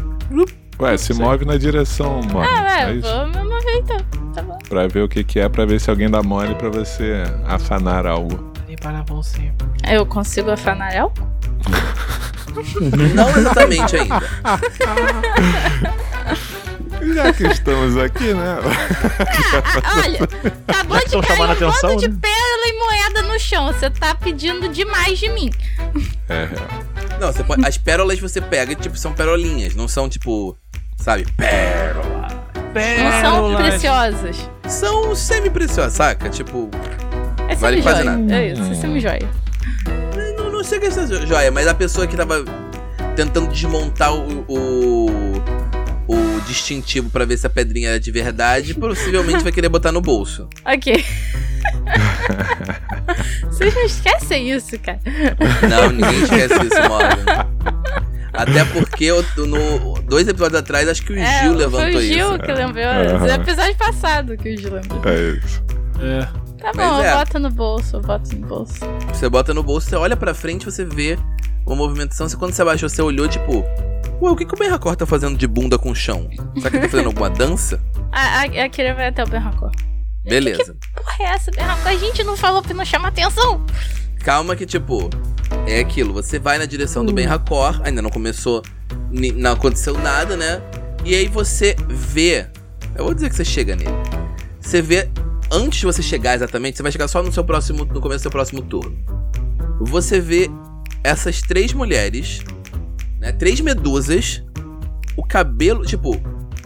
S3: Ué, se
S5: Sim.
S3: move na direção, mano.
S4: Ah,
S3: É
S4: é,
S3: isso.
S4: vou me mover então, tá bom.
S3: Pra ver o que, que é, pra ver se alguém dá mole pra você afanar algo.
S4: Eu consigo afanar ela?
S1: Não exatamente ainda.
S3: Já que estamos aqui, né?
S4: Ah, [LAUGHS] olha, acabou
S5: Já que estão
S4: de cair um
S5: chamando a atenção,
S4: bando de
S5: né?
S4: pérola e moeda no chão. Você tá pedindo demais de mim.
S3: É, [LAUGHS] é.
S1: Não, você pode, as pérolas você pega, tipo, são perolinhas. Não são, tipo, sabe, pérola. É,
S4: Não são
S2: Pérolas.
S4: preciosas.
S1: São semi-preciosas, saca? Tipo,
S4: É
S1: Vale
S4: semi
S1: quase
S4: joia.
S1: nada.
S4: É isso, é semi joia.
S1: não, não chega a ser jo- joia, mas a pessoa que tava tentando desmontar o. o o distintivo pra ver se a pedrinha é de verdade, possivelmente vai querer botar no bolso.
S4: Ok. [LAUGHS] Vocês não esquecem isso, cara.
S1: Não, ninguém esquece isso, Morgan. Até porque eu, tô no, dois episódios atrás, acho que o
S4: É,
S1: Gil
S4: foi
S1: levantou
S4: o Gil
S1: isso.
S4: que lembrou.
S3: Aham.
S4: É o episódio passado que o Gil lembrou.
S3: É isso.
S2: É.
S4: Tá
S1: Mas
S4: bom,
S1: é.
S4: eu boto no bolso, eu boto no bolso.
S1: Você bota no bolso, você olha pra frente, você vê uma movimentação. Você, quando você abaixou, você olhou, tipo... Ué, o que, que o Ben Raccord tá fazendo de bunda com o chão? Será que ele tá fazendo alguma
S4: [LAUGHS]
S1: dança?
S4: A, a, a Kira vai até o Berracor.
S1: Beleza.
S4: Porra, é essa, Berracor? A gente não falou pra não chamar atenção.
S1: Calma que, tipo, é aquilo. Você vai na direção do Ben Racor, ainda não começou, ni- não aconteceu nada, né? E aí você vê. Eu vou dizer que você chega nele. Você vê, antes de você chegar exatamente, você vai chegar só no seu próximo. no começo do seu próximo turno. Você vê essas três mulheres, né? Três medusas, o cabelo, tipo,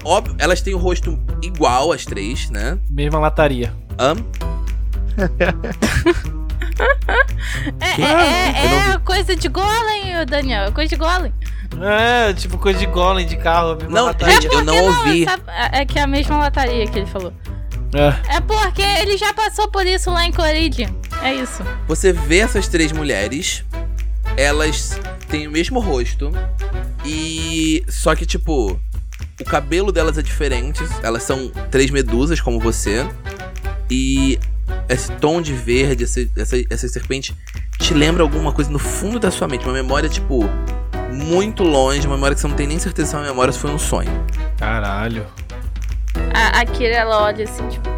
S1: óbvio, elas têm o rosto igual as três, né?
S2: Mesma lataria.
S1: Ahn?
S4: É, é, é, é coisa de golem, Daniel. É coisa de golem.
S2: É, tipo coisa de golem de carro. a mesma
S1: Não,
S2: lataria.
S1: gente, eu não ouvi.
S4: Sabe- é é que é a mesma lataria que ele falou.
S2: É.
S4: É porque ele já passou por isso lá em Coridia. É isso.
S1: Você vê essas três mulheres, elas têm o mesmo rosto e só que tipo o cabelo delas é diferente. Elas são três medusas como você e esse tom de verde, esse- essa, essa serpente te lembra alguma coisa no fundo da sua mente, uma memória tipo muito longe, uma memória que você não tem nem certeza se é uma memória ou se foi um sonho.
S2: Caralho.
S4: A, a Kira, ela olha assim, tipo.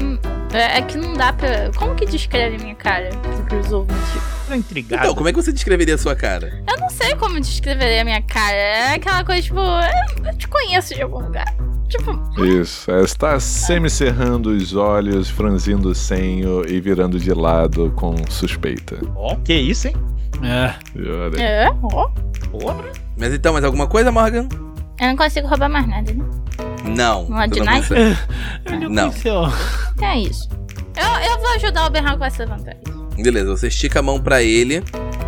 S4: "Hum, é, é que não dá pra. Como que descreve minha cara? Porque os ouvintes.
S5: Tô intrigado.
S1: Então, como é que você descreveria a sua cara?
S4: Eu não sei como descreveria a minha cara. É aquela coisa, tipo, eu, eu te conheço de algum lugar. Tipo,
S3: Isso. Ela está semicerrando os olhos, franzindo o senho e virando de lado com suspeita.
S1: é-
S5: Ó, que isso, hein?
S2: É.
S3: E olha,
S4: é, ó.
S5: Porra.
S1: Mas então, mais alguma coisa, Morgan?
S4: Eu não consigo roubar mais nada, né?
S1: Não.
S4: Não é de
S1: você
S4: nada?
S1: consegue.
S2: Ele
S1: Não.
S2: conheceu.
S4: Então é isso. Eu, eu vou ajudar o Bernardo com essa vantagem.
S1: Beleza, você estica a mão pra ele,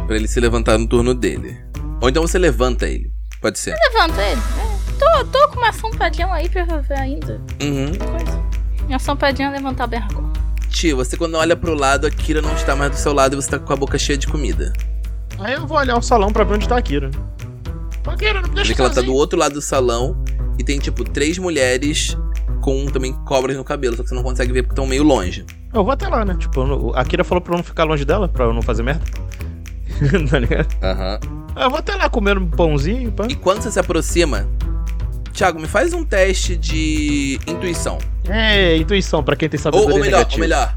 S1: pra ele se levantar no turno dele. Ou então você levanta ele. Pode ser.
S4: Levanta ele. É, Tô, tô com uma sampadinha aí pra resolver ainda.
S1: Uhum.
S4: Coisa. Minha sampadinha é levantar o Bernardo.
S1: Tio, você quando olha pro lado, a Kira não está mais do seu lado e você tá com a boca cheia de comida.
S5: Aí eu vou olhar o salão pra ver onde tá a Kira. Ô, Kira, não me
S1: Vê
S5: deixa
S1: que ela tá do
S5: sozinho.
S1: outro lado do salão e tem, tipo, três mulheres com também cobras no cabelo, só que você não consegue ver porque estão meio longe.
S5: Eu vou até lá, né? Tipo, eu não- a Kira falou pra eu não ficar longe dela, pra eu não fazer merda. [LAUGHS] tá ligado?
S1: Aham.
S5: Eu vou até lá comer um pãozinho, pá.
S1: E quando você se aproxima, Thiago, me faz um teste de intuição.
S5: É, intuição, pra quem tem
S1: Ou,
S5: sabedoria
S1: ou melhor, ou
S5: negativa.
S1: melhor.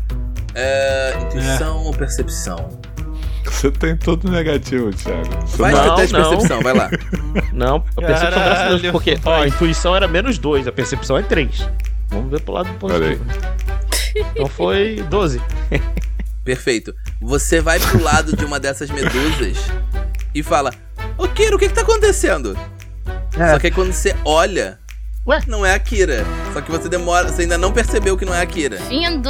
S1: é, intuição ou percepção?
S3: Você tem tudo negativo, Thiago. Você
S1: Faz
S3: não-
S1: teu
S5: Não,
S1: teste de
S5: não.
S1: percepção, vai lá.
S5: Não, a percepção é graças a
S2: Caralho.
S5: Deus, porque ó, a intuição era menos 2, a percepção é 3. Vamos ver pro lado positivo. Então foi [LAUGHS] 12.
S1: Perfeito. Você vai pro lado de uma dessas medusas e fala: Ô Kira, o que que tá acontecendo?
S5: É.
S1: Só que aí quando você olha,
S5: Ué?
S1: não é a Kira. Só que você demora, você ainda não percebeu que não é a Kira.
S4: Findo!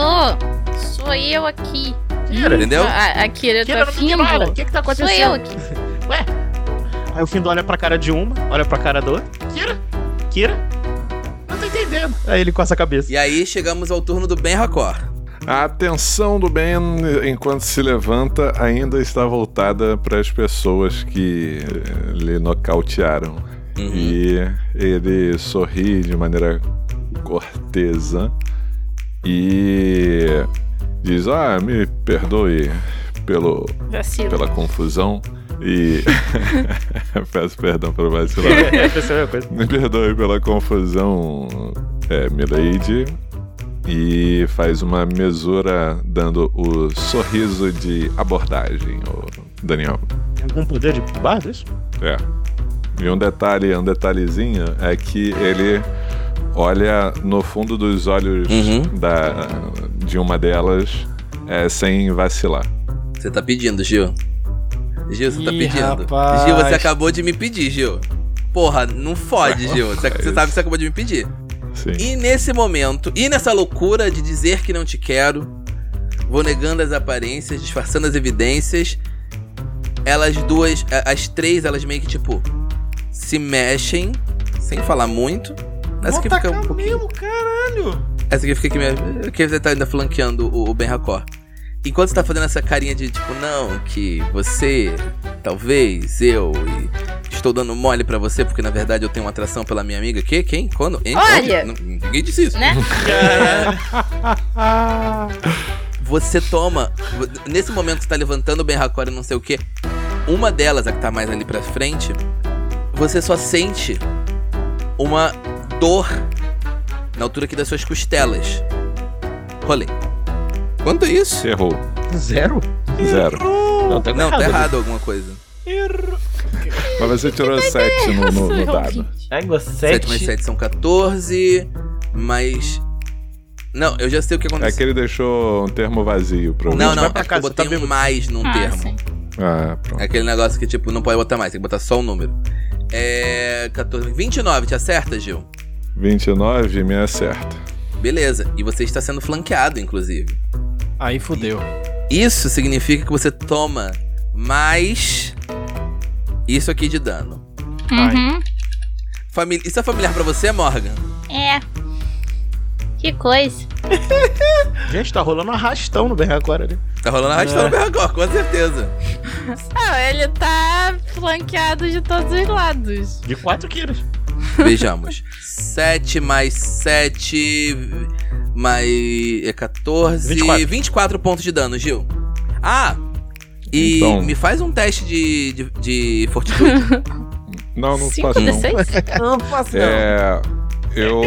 S4: Sou eu aqui.
S5: Kira,
S1: Entendeu?
S4: A, a Kira tá
S5: Kira não
S4: findo.
S5: me para. O que que tá
S4: Sou
S5: acontecendo?
S4: eu aqui.
S5: Aí o Findo olha pra cara de uma, olha pra cara da outra. Kira? Kira? Não tô entendendo. Aí ele coça a cabeça.
S1: E aí chegamos ao turno do Ben Racor.
S3: A atenção do Ben, enquanto se levanta, ainda está voltada para as pessoas que eh, lhe nocautearam. E ele sorri de maneira cortesa e diz: Ah, me perdoe pelo,
S4: Vacilo.
S3: pela confusão. E [LAUGHS] peço perdão pelo vacilar.
S5: É, essa é a mesma coisa.
S3: Me perdoe pela confusão, é, Milady. E faz uma mesura dando o sorriso de abordagem, ô Daniel.
S5: Tem algum poder de bardo isso?
S3: É. E um detalhe, um detalhezinho é que ele olha no fundo dos olhos
S1: Uhum.
S3: da, de uma delas é, sem vacilar.
S1: Você tá pedindo, Gil. Gil, você tá
S2: Ih,
S1: pedindo.
S2: rapaz.
S1: Gil, você acabou de me pedir, Gil. Porra, não fode, Gil. Você, você sabe que você acabou de me pedir.
S3: Sim.
S1: E nesse momento, e nessa loucura de dizer que não te quero, vou negando as aparências, disfarçando as evidências, elas duas, a- as três, elas meio que tipo se mexem, sem falar muito. Essa aqui fica um
S2: Atacar
S1: pouquinho.
S2: mesmo, caralho.
S1: Essa aqui fica aqui mesmo. Que você tá ainda flanqueando o, o Ben Racor. Enquanto você tá fazendo essa carinha de tipo, não, que você, talvez, eu e estou dando mole pra você, porque na verdade eu tenho uma atração pela minha amiga. Que? Quem? Quando? Hein?
S4: Olha!
S1: Onde? N- Ninguém disse isso.
S4: né?
S1: [LAUGHS] Você toma. Nesse momento você tá levantando o Ben Racor e não sei o que. Uma delas, a que tá mais ali pra frente, você só sente uma dor na altura aqui das suas costelas. Rolei. Quanto é isso?
S3: Você errou.
S5: Zero?
S3: Zero.
S5: Não, tá
S1: Não,
S5: errado.
S1: tá errado alguma coisa.
S3: Mas você tirou
S4: [LAUGHS]
S3: sete no, no- no dado.
S2: Pega
S1: 7
S2: sete.
S1: mais 7 são 14, mas. Não, eu já sei o que
S3: É
S1: aconteceu.
S3: que ele deixou um termo vazio pro
S1: Não,
S3: ouvinte.
S1: não,
S5: Vai pra
S1: é que eu
S5: casa,
S1: botei
S5: tá
S1: um
S5: bêbado.
S1: mais num
S4: Ah,
S1: termo.
S4: sim.
S3: Ah, pronto.
S1: É aquele negócio que, tipo, não pode botar mais, tem que botar só um número. É. 14. 29, te acerta, Gil?
S3: 29 me acerta.
S1: Beleza. E você está sendo flanqueado, inclusive. [LAUGHS]
S2: Aí fudeu.
S1: Isso significa que você toma mais. Isso aqui de dano.
S4: Uhum.
S1: Famili- Isso é familiar pra você, Morgan?
S4: É. Que coisa.
S5: Gente, tá rolando um arrastão no BR agora né? ali.
S1: Tá rolando arrastão no meu agora, com certeza.
S4: Ah, ele tá flanqueado de todos os lados.
S5: De 4 quilos.
S1: Vejamos. 7 mais 7 mais é 14, 24.
S5: 24.
S1: pontos de dano, Gil. Ah, e
S3: Então.
S1: me faz um teste de, de, de fortitude.
S3: Não, não
S4: Cinco é
S3: faço não.
S4: D6?
S3: [LAUGHS]
S2: Não faço
S3: É. Eu.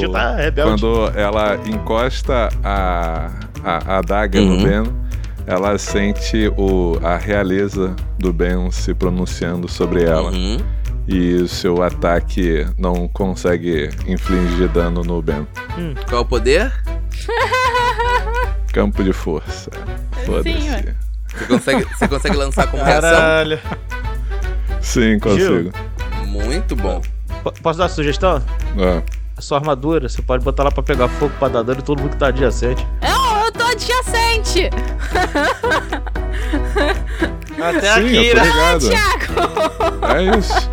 S5: Já tá rebelde.
S3: quando ela encosta a, a, a adaga
S1: Uhum.
S3: no Ben, ela sente o, a realeza do Ben se pronunciando sobre ela.
S1: Uhum.
S3: E o seu ataque não consegue infligir dano no Ben.
S1: Qual é o poder?
S3: Campo de força. Foda-se.
S4: ué.
S1: Você consegue, você consegue lançar com reação?
S2: Caralho.
S3: Sim, consigo.
S1: Muito bom.
S5: Po- Posso dar uma sugestão?
S3: Ah,
S5: A sua armadura, você pode botar lá pra pegar fogo, pra dar dano e todo mundo que tá adjacente.
S4: Não, eu tô adjacente!
S2: Até
S3: sim,
S2: aqui,
S3: eu tô
S2: né?
S4: [LAUGHS]
S3: ligado.
S4: Tiago,
S3: É isso.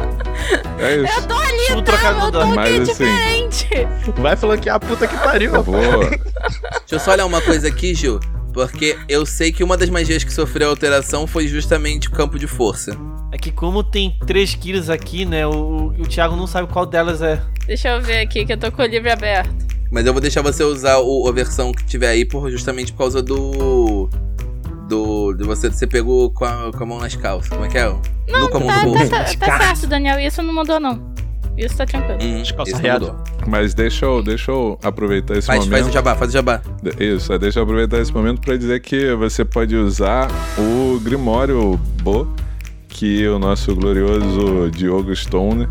S3: É isso.
S4: tô ali,
S2: Tudo
S4: tá?
S2: trocado
S4: Meu
S2: no
S4: tom
S3: Mas
S4: é
S3: assim-
S4: diferente.
S5: Vai flanquear a puta que pariu.
S3: Eu vou.
S1: Deixa eu só olhar uma coisa aqui, Gil. Porque eu sei que uma das magias que sofreu alteração foi justamente o campo de força.
S2: É que como tem 3 quilos aqui, né? O, o Thiago não sabe qual delas é.
S4: Deixa eu ver aqui, que eu tô com o livro aberto.
S1: Mas eu vou deixar você usar o, a versão que tiver aí por, justamente por causa do. Do. De você, você pegou com a, com a mão nas calças. Como é que é? Não, no com a mão
S4: Tá,
S1: no bolso.
S4: tá, tá, tá certo, Daniel. Isso não mudou, não. Isso tá tranquilo.
S1: Uhum,
S5: Descalça
S1: isso
S5: riada.
S1: mudou.
S3: Mas deixa eu, deixa eu aproveitar esse
S1: Faz,
S3: momento.
S1: faz o jabá, faz o jabá.
S3: Isso, é, deixa eu aproveitar esse momento para dizer que você pode usar o Grimório Bo, que é o nosso glorioso Diogo Stone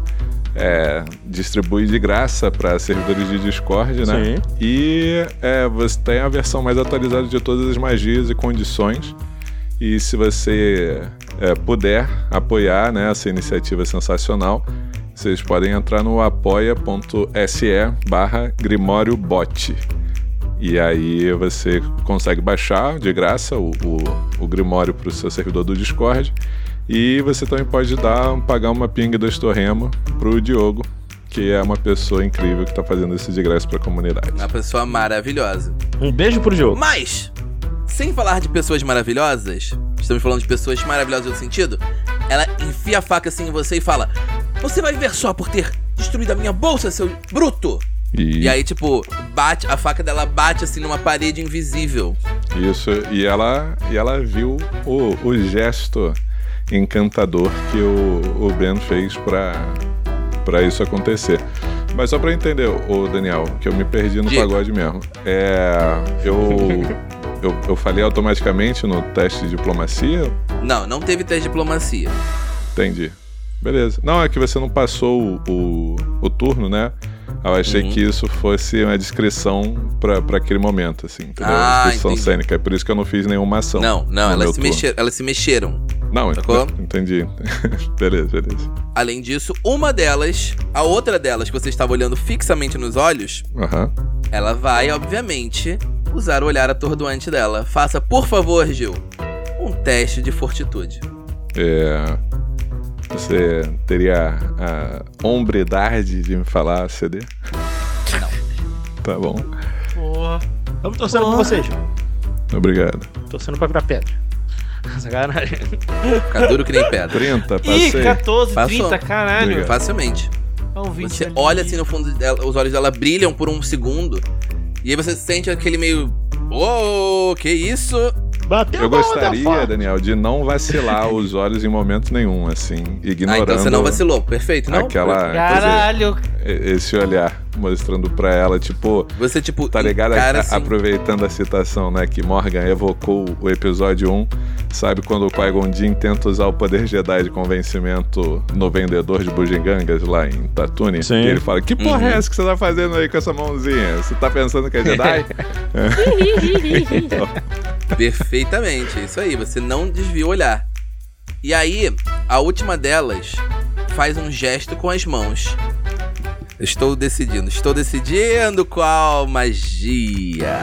S3: é, distribui de graça para servidores de Discord, né?
S5: Sim.
S3: E é, você tem a versão mais atualizada de todas as magias e condições. E se você é, puder apoiar né, essa iniciativa sensacional, vocês podem entrar no apoia.se barra Grimório Bot. E aí você consegue baixar de graça o, o, o Grimório para o seu servidor do Discord. E você também pode dar, pagar uma ping do Estorremo pro Diogo, que é uma pessoa incrível que tá fazendo isso de graça pra comunidade.
S1: Uma pessoa maravilhosa.
S5: Um beijo pro jogo.
S1: Mas, sem falar de pessoas maravilhosas, estamos falando de pessoas maravilhosas no sentido, ela enfia a faca assim em você e fala: Você vai ver só por ter destruído a minha bolsa, seu bruto!
S3: E,
S1: E aí, tipo, bate, a faca dela bate assim numa parede invisível.
S3: isso, e ela, e ela viu o, o gesto encantador que o, o Ben fez pra, pra isso acontecer. Mas só pra entender, ô Daniel, que eu me perdi no
S1: Diga.
S3: pagode mesmo. É.
S1: [LAUGHS]
S3: Eu, eu. Eu falei automaticamente no teste de diplomacia?
S1: Não, não teve teste de diplomacia.
S3: Entendi. Beleza. Não, é que você não passou o, o, o turno, né? Eu achei
S1: Uhum.
S3: que isso fosse uma descrição pra, pra aquele momento, assim, entendeu?
S1: Ah,
S3: descrição
S1: entendi.
S3: cênica. É por isso que eu não fiz nenhuma ação.
S1: Não, não,
S3: Então, no
S1: elas
S3: meu
S1: se,
S3: turno.
S1: mexeram, elas se mexeram.
S3: Não,
S1: Sacou?
S3: entendi. [LAUGHS] beleza, beleza.
S1: Além disso, uma delas, a outra delas que você estava olhando fixamente nos olhos,
S3: Aham.
S1: ela vai, obviamente, usar o olhar atordoante dela. Faça, por favor, Gil, um teste de fortitude.
S3: É. Você teria a hombridade de me falar CD? Não. Tá bom.
S2: Porra.
S5: Estamos torcendo por vocês.
S3: Obrigado.
S5: Torcendo pra virar pedra. Sacanagem.
S1: Fica duro que nem pedra.
S3: 30,
S2: Ih,
S3: passei.
S2: 14,
S1: Passou.
S2: 30, caralho.
S3: Obrigado.
S1: Facilmente.
S2: É um 20
S1: Você
S2: ali.
S1: olha assim no fundo dela, os olhos dela brilham por um segundo. E aí você sente aquele meio. Ô, que isso?
S5: Bateu
S3: Eu
S5: a bola, deu
S3: gostaria,
S5: fora.
S3: Daniel, de não vacilar os olhos em momento nenhum, assim, ignorando
S1: Ah, então você não vacilou. Perfeito, não?
S3: aquela, quer
S2: Caralho,
S3: dizer, e- esse olhar, mostrando pra ela, tipo,
S1: Você, tipo,
S3: tá ligado?
S1: encara
S3: A-
S1: assim,
S3: Aproveitando a citação, né, que Morgan evocou o episódio 1, sabe quando o Qui-Gon Jinn tenta usar o poder Jedi de convencimento no vendedor de bugigangas lá em Tatooine?
S5: Sim.
S3: E ele fala, que porra é
S1: Uhum.
S3: essa que você tá fazendo aí com essa mãozinha? Você tá pensando que
S1: [LAUGHS]
S3: é Jedi?
S1: perfeitamente. Isso aí, você não desvia o olhar. E aí, a última delas faz um gesto com as mãos. Eu Estou decidindo, estou decidindo qual magia.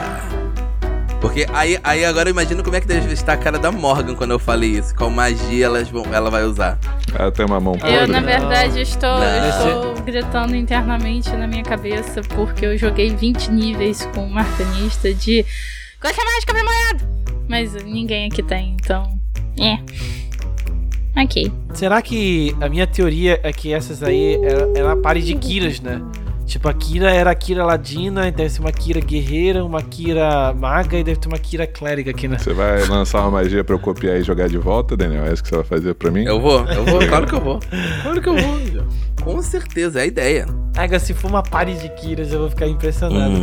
S1: Porque aí, aí agora eu imagino como é que deve estar a cara da Morgan quando eu falei isso. Qual magia elas vão, ela vai usar.
S3: ela tem uma mão
S4: Eu,
S3: podre.
S4: na verdade, estou,
S1: Não.
S4: estou gritando internamente na minha cabeça porque eu joguei 20 níveis com um marcanista de. Coxa mágica memoriada! Mas ninguém aqui tem, então. É. Ok.
S2: Será que a minha teoria é que essas aí era, era a pare de Kiras, né? Tipo, a Kira era a Kira Ladina, e deve ser uma Kira guerreira, uma Kira maga e deve ter uma Kira clériga aqui, né?
S3: Você vai lançar uma magia pra eu copiar e jogar de volta, Daniel? É isso que você vai fazer pra mim?
S1: Eu vou, eu vou, claro que eu vou. Claro que eu vou. Com certeza, é a ideia.
S2: Aga, se for uma pare de Kiras, eu vou ficar impressionado,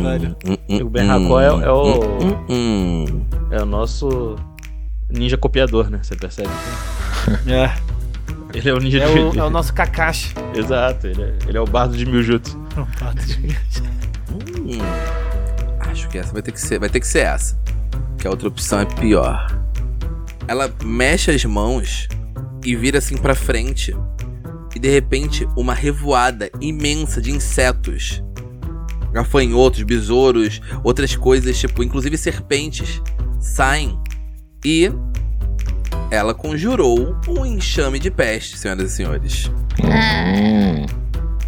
S1: [LAUGHS]
S2: velho.
S5: O Ben Hakon é, é o,
S1: Hum, hum.
S5: é o nosso ninja copiador, né? Você percebe?
S2: É,
S5: Ele é o ninja
S2: é,
S5: de...
S2: o, é o nosso Kakashi.
S5: Exato, ele é, ele é o bardo de Miljutsu.
S1: Hum. Acho que essa vai ter que ser, vai ter que ser essa. Que a outra opção é pior. Ela mexe as mãos e vira assim pra frente. E de repente, uma revoada imensa de insetos. Gafanhotos, besouros, outras coisas, tipo, inclusive serpentes, saem. E ela conjurou um enxame de peste, senhoras e senhores.
S3: Hum.
S2: [LAUGHS]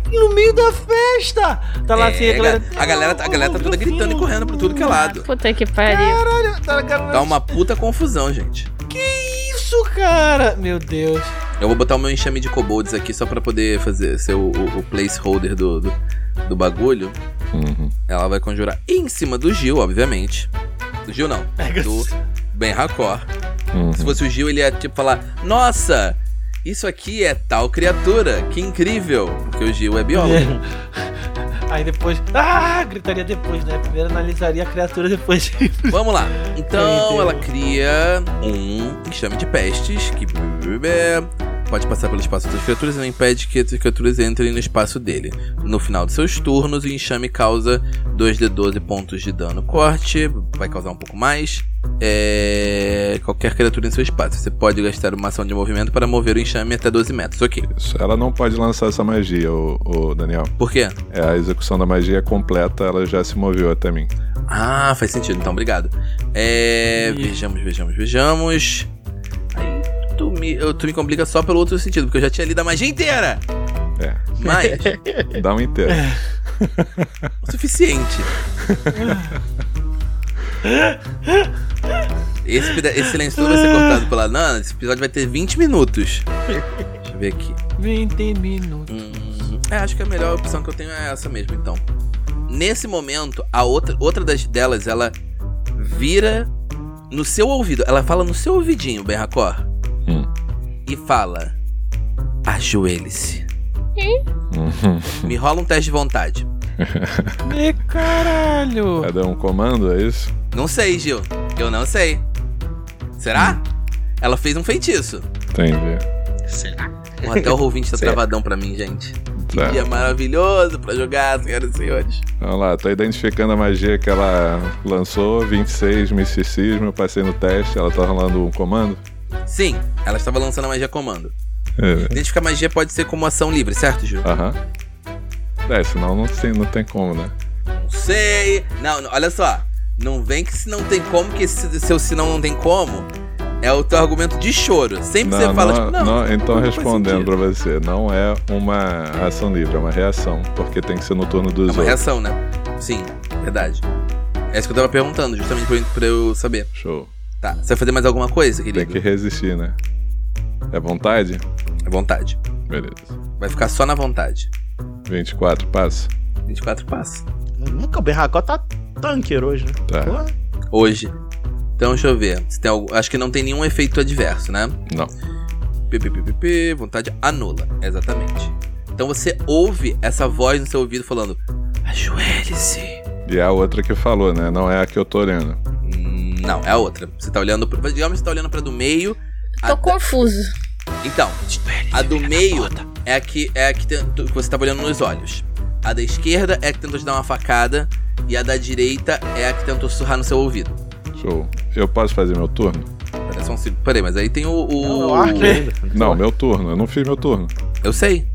S2: No meio da festa! Tá lá assim,
S1: É, a, galera, a, galera, a galera tá toda gritando e correndo pra tudo que é lado.
S4: Puta que pariu.
S2: Tá, cara,
S1: Tá uma puta confusão, gente.
S2: Isso, cara! Meu Deus.
S1: Eu vou botar o meu enxame de kobolds aqui só pra poder fazer ser o, o- o placeholder do, do, do bagulho.
S3: Uhum.
S1: Ela vai conjurar em cima do Gil, obviamente. Do Gil não. Do Ben Racor.
S3: Uhum.
S1: Se fosse o Gil, ele ia tipo falar: Nossa, isso aqui é tal criatura, que incrível. Porque o Gil é biólogo.
S2: [LAUGHS] Aí depois. Ah! Gritaria depois, né? Primeiro analisaria a criatura depois. [LAUGHS]
S1: Vamos lá. Então
S2: Entendeu.
S1: ela cria um enxame de pestes que pode passar pelo espaço das criaturas e não impede que as criaturas entrem no espaço dele. No final de seus turnos, o enxame causa 2d12 pontos de dano corte, vai causar um pouco mais. É, Qualquer criatura em seu espaço. Você pode gastar uma ação de movimento para mover o enxame até 12 metros. Ok.
S3: Isso, Ela não pode lançar essa magia, o, Daniel.
S1: Por quê?
S3: É, a execução da magia é completa, ela já se moveu até mim.
S1: Ah, faz sentido, então obrigado. É.
S2: Ih.
S1: Vejamos, vejamos, vejamos. Aí tu me, eu- tu me complica só pelo outro sentido, porque eu já tinha lido a magia inteira!
S3: É.
S1: Mas,
S3: Dá um inteiro.
S1: o suficiente. Esse, peda- esse silêncio todo vai ser cortado pela Nana. Esse episódio vai ter 20 minutos. Deixa eu ver aqui.
S2: 20 um minutos.
S1: Hum, é, acho que a melhor opção que eu tenho é essa mesmo, então. Nesse momento, a outra, outra das delas, ela vira no seu ouvido. Ela fala no seu ouvidinho, Ben Racor.
S3: Hum.
S1: E fala: Ajoelhe-se.
S3: Uhum.
S1: Me rola um teste de vontade.
S2: Ih, caralho!
S3: Cadê um comando, é isso?
S1: Não sei, Gil. Eu não sei. Será? Ela fez um feitiço.
S3: Entendi.
S5: Será?
S1: Porra, Até o ouvinte tá
S5: Sério?
S1: travadão pra mim, gente. Que
S3: Tá.
S1: dia maravilhoso pra jogar, senhoras e senhores.
S3: Vamos lá, tô identificando a magia que ela lançou, 26, misticismo, eu passei no teste, ela tá rolando um comando?
S1: Sim, ela estava lançando a magia comando.
S3: É.
S1: Identificar magia pode ser como ação livre, certo, Gil?
S3: Aham. É, senão não tem, não tem como, né?
S1: Não sei. Não, não, olha só. Não vem que se não tem como, que se, seu se não não tem como. É o teu argumento de choro. Sempre
S3: Não,
S1: você fala,
S3: não-
S1: tipo, não.
S3: não, então,
S1: faz
S3: respondendo
S1: sentido.
S3: pra você, não é uma ação livre, é uma reação. Porque tem que ser no turno
S1: É
S3: dos
S1: uma
S3: outros.
S1: reação, né? Sim, verdade. É isso que eu tava perguntando, justamente pra eu- pra eu saber.
S3: Show.
S1: Tá, você vai fazer mais alguma coisa,
S3: Tem
S1: querido?
S3: que resistir, né? É vontade?
S1: É vontade.
S3: Beleza.
S1: Vai ficar só na vontade.
S3: 24, passa.
S1: 24 passos.
S5: Nunca o Berracó tá tanker hoje, né?
S3: Tá.
S5: Pô,
S1: Hoje. Então, deixa eu ver. Se tem algo... Acho que não tem nenhum efeito adverso, né?
S3: Não.
S1: PPPP, vontade anula. Exatamente. Então você ouve essa voz no seu ouvido falando: Ajoelhe-se.
S3: E a outra que falou, né? Não é a que eu tô olhando.
S1: Hum, Não, é a outra. Você tá olhando. Pra... Digamos que você tá olhando pra do meio.
S4: Tô
S1: A-
S4: confuso.
S1: Então, a do meio é a que, é a que, tem- que você tava olhando nos olhos. A da esquerda é a que tentou te dar uma facada. E a da direita é a que tentou sussurrar no seu ouvido.
S3: Show. Eu posso fazer meu turno?
S1: Pera, só um segundo. Peraí, mas aí tem o. o-
S5: É o Ark ainda.
S3: Não, meu turno. Eu não fiz meu turno.
S1: Eu sei.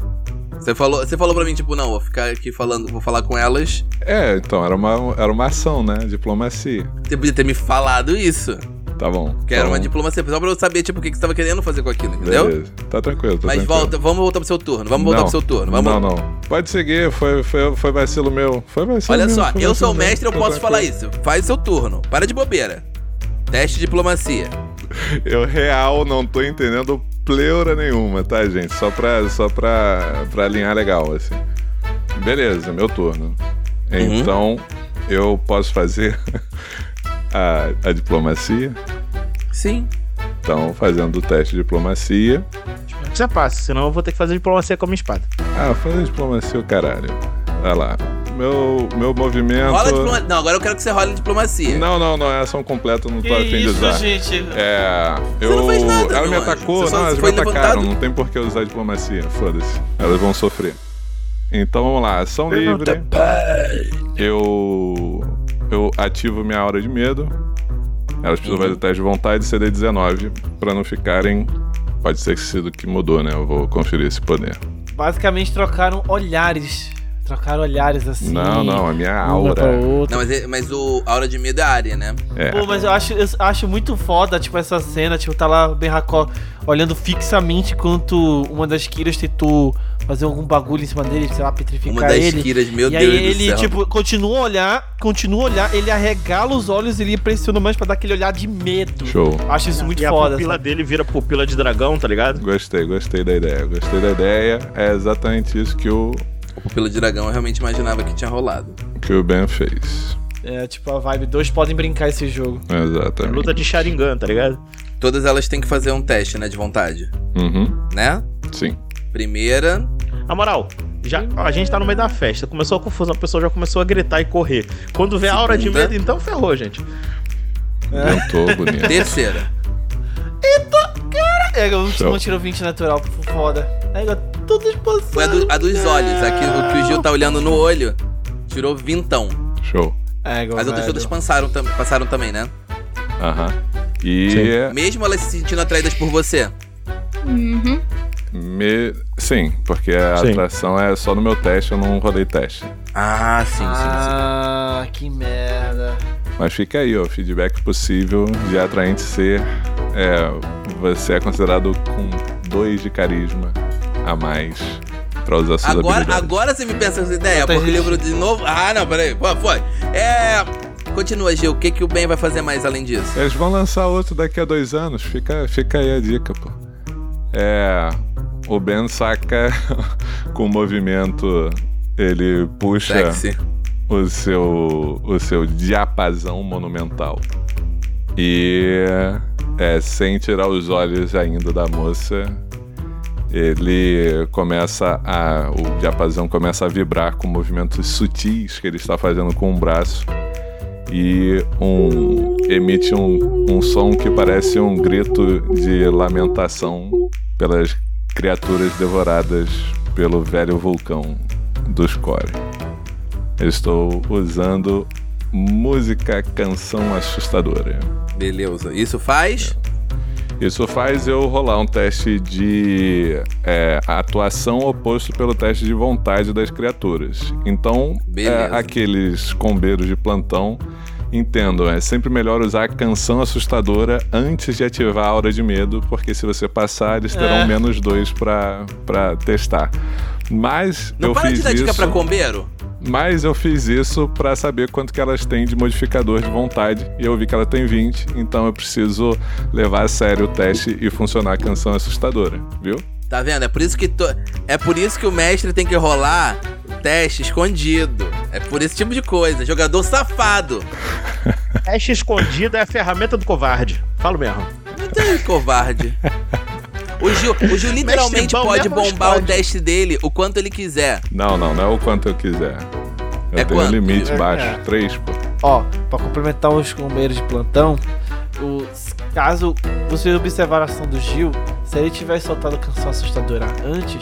S1: Você falou, você falou pra mim, tipo, não, vou ficar aqui falando, vou falar com elas.
S3: É, então, era uma, era uma ação, né? Diplomacia.
S1: Você podia ter me falado isso.
S3: Tá bom.
S1: Que era
S3: Então,
S1: uma diplomacia, só pra eu saber, tipo, o que que você tava querendo fazer com aquilo, entendeu?
S3: Beleza. Tá tranquilo, tá
S1: Mas
S3: tranquilo.
S1: volta, vamos voltar pro seu turno, vamos voltar
S3: Não.
S1: pro seu turno, vamos.
S3: Não, não. Pode seguir, foi, foi, foi vacilo meu. Foi vacilo
S1: Olha
S3: meu,
S1: só,
S3: foi
S1: eu sou o
S3: vacilo meu.
S1: mestre, eu
S3: Tá
S1: posso falar
S3: tranquilo.
S1: isso. Faz o seu turno, para de bobeira. Teste de diplomacia.
S3: Eu real não tô entendendo pleura nenhuma, tá, gente? Só pra, só pra, pra alinhar legal, assim. Beleza, meu turno.
S1: Uhum.
S3: Então, eu posso fazer [LAUGHS] a, a diplomacia.
S1: Sim.
S3: Então, fazendo o teste de diplomacia.
S5: Espero que você passe, senão eu vou ter que fazer diplomacia com a minha espada.
S3: Ah, fazer diplomacia o caralho. Olha lá. Meu, meu movimento...
S1: Rola diplomacia. Não, agora eu quero que você role diplomacia.
S3: Não, não, não. É ação completa, eu não
S2: Que
S3: tô a fim de
S2: isso,
S3: usar.
S2: gente?
S3: É. Eu,
S1: não fez nada,
S3: ela
S1: meu
S3: me
S1: anjo.
S3: atacou,
S1: Você só
S3: não, elas me
S1: foi
S3: atacaram.
S1: levantado.
S3: Não tem por que usar diplomacia. Foda-se. Elas vão sofrer. Então vamos lá, ação
S5: Levanta
S3: livre. Eu. Eu ativo minha aura de medo. Elas precisam fazer o teste de vontade CD 19 pra não ficarem. Pode ser que sido que mudou, né? Eu vou conferir esse poder.
S1: É.
S2: Basicamente trocaram olhares. Trocaram olhares assim.
S3: Não, não, a minha
S2: Uma pra
S3: aura.
S2: outra.
S1: Não, mas, é- mas o a aura de medo é a área, né?
S3: É.
S2: Pô, mas eu acho, eu acho muito foda, tipo, essa cena, tipo, tá lá o Berracó olhando fixamente enquanto uma das Kiras tentou fazer algum bagulho em cima dele, sei lá, petrificar
S1: Uma das
S2: ele.
S1: quiras, meu
S2: e
S1: Deus
S2: aí
S1: do
S2: ele,
S1: céu.
S2: tipo, continua a olhar, continua a olhar, ele arregala os olhos e ele pressiona mais pra dar aquele olhar de medo.
S3: Show.
S2: Acho isso muito
S5: e a
S2: foda. né?
S5: pupila
S2: sabe?
S5: dele vira pupila de dragão, tá ligado?
S3: Gostei, gostei da ideia. Gostei da ideia. É exatamente isso que o,
S1: O pupilo de dragão eu realmente imaginava que tinha rolado.
S3: que o Ben fez.
S2: É, tipo, a vibe, dois podem brincar esse jogo.
S3: Exatamente.
S5: É Luta de Sharingan, tá ligado?
S1: Todas elas têm que fazer um teste, né, de vontade,
S3: Uhum,
S1: né?
S3: sim.
S1: Primeira,
S5: Na moral, já, ó, a gente tá no meio da festa, começou a confusão, a pessoa já começou a gritar e correr. Quando vê a aura de
S1: Segunda.
S5: medo, então ferrou, gente. É.
S3: Inventou bonito.
S5: [LAUGHS]
S1: terceira.
S2: É, o último
S3: Show.
S2: tirou 20 natural, foda. É, eu- todos possíveis.
S1: Foi a, do- a dos olhos, aqui, o que o Gil tá olhando no olho. Tirou vintão.
S3: Show.
S2: É,
S1: As outras todas passaram, tam- passaram também, né?
S3: Aham. E. é
S1: Mesmo elas se sentindo atraídas por você.
S4: Uhum.
S3: Me... Sim, porque a
S5: Sim.
S3: atração é só no meu teste, eu não rodei teste.
S1: Ah, sim, sim,
S2: Ah, que merda.
S3: Mas fica aí, ó. Feedback possível de atraente ser. É, você é considerado com dois de carisma a mais pra usar
S1: sim.
S3: suas
S1: Agora,
S3: habilidades.
S1: agora você me pensa essa ideia,
S2: Outra
S1: porque
S2: gente.
S1: livro de novo. Ah, não, peraí. Pô, foi. É. Continua, Gil. O que, que o Ben vai fazer mais além disso?
S3: Eles vão lançar outro daqui a dois anos. Fica, fica aí a dica, pô. É. O Ben saca [LAUGHS] com o movimento. Ele puxa.
S1: Sexy.
S3: o seu o seu diapasão monumental e é, sem tirar os olhos ainda da moça ele começa a o diapasão começa a vibrar com movimentos sutis que ele está fazendo com o braço e um emite um, um som que parece um grito de lamentação pelas criaturas devoradas pelo velho vulcão dos Core. Eu estou usando música canção assustadora.
S1: Beleza. Isso faz.
S3: Isso faz eu rolar um teste de é, atuação oposto pelo teste de vontade das criaturas. Então,
S1: Beleza.
S3: é, aqueles combeiros de plantão Entendam, é sempre melhor usar a canção assustadora antes de ativar a aura de medo, porque se você passar, eles terão
S2: É.
S3: menos dois pra, pra testar. Mas
S1: Não
S3: eu
S1: para
S3: fiz
S1: de dar dica
S3: isso,
S1: pra combeiro.
S3: mas eu fiz isso pra saber quanto que elas têm de modificador de vontade, e eu vi que ela tem 20, então eu preciso levar a sério o teste e funcionar a canção é assustadora, viu?
S1: Tá vendo? É por isso que to... é por isso que o mestre tem que rolar teste escondido. É por esse tipo de coisa. Jogador safado.
S5: Teste escondido é a ferramenta do covarde. Falo mesmo.
S1: Não tem é covarde. O Gil, o Gil literalmente
S5: Mestre bom
S1: pode
S5: mesmo
S1: bombar o
S5: esconde.
S1: teste dele o quanto ele quiser.
S3: Não, não, não é o quanto eu quiser. Eu
S1: É
S3: tenho
S1: quanto?
S3: um limite
S2: É, é.
S3: baixo, três. pô.
S2: Ó, pra complementar os bombeiros de plantão, o, caso vocês observaram a ação do Gil, se ele tivesse soltado a canção assustadora antes,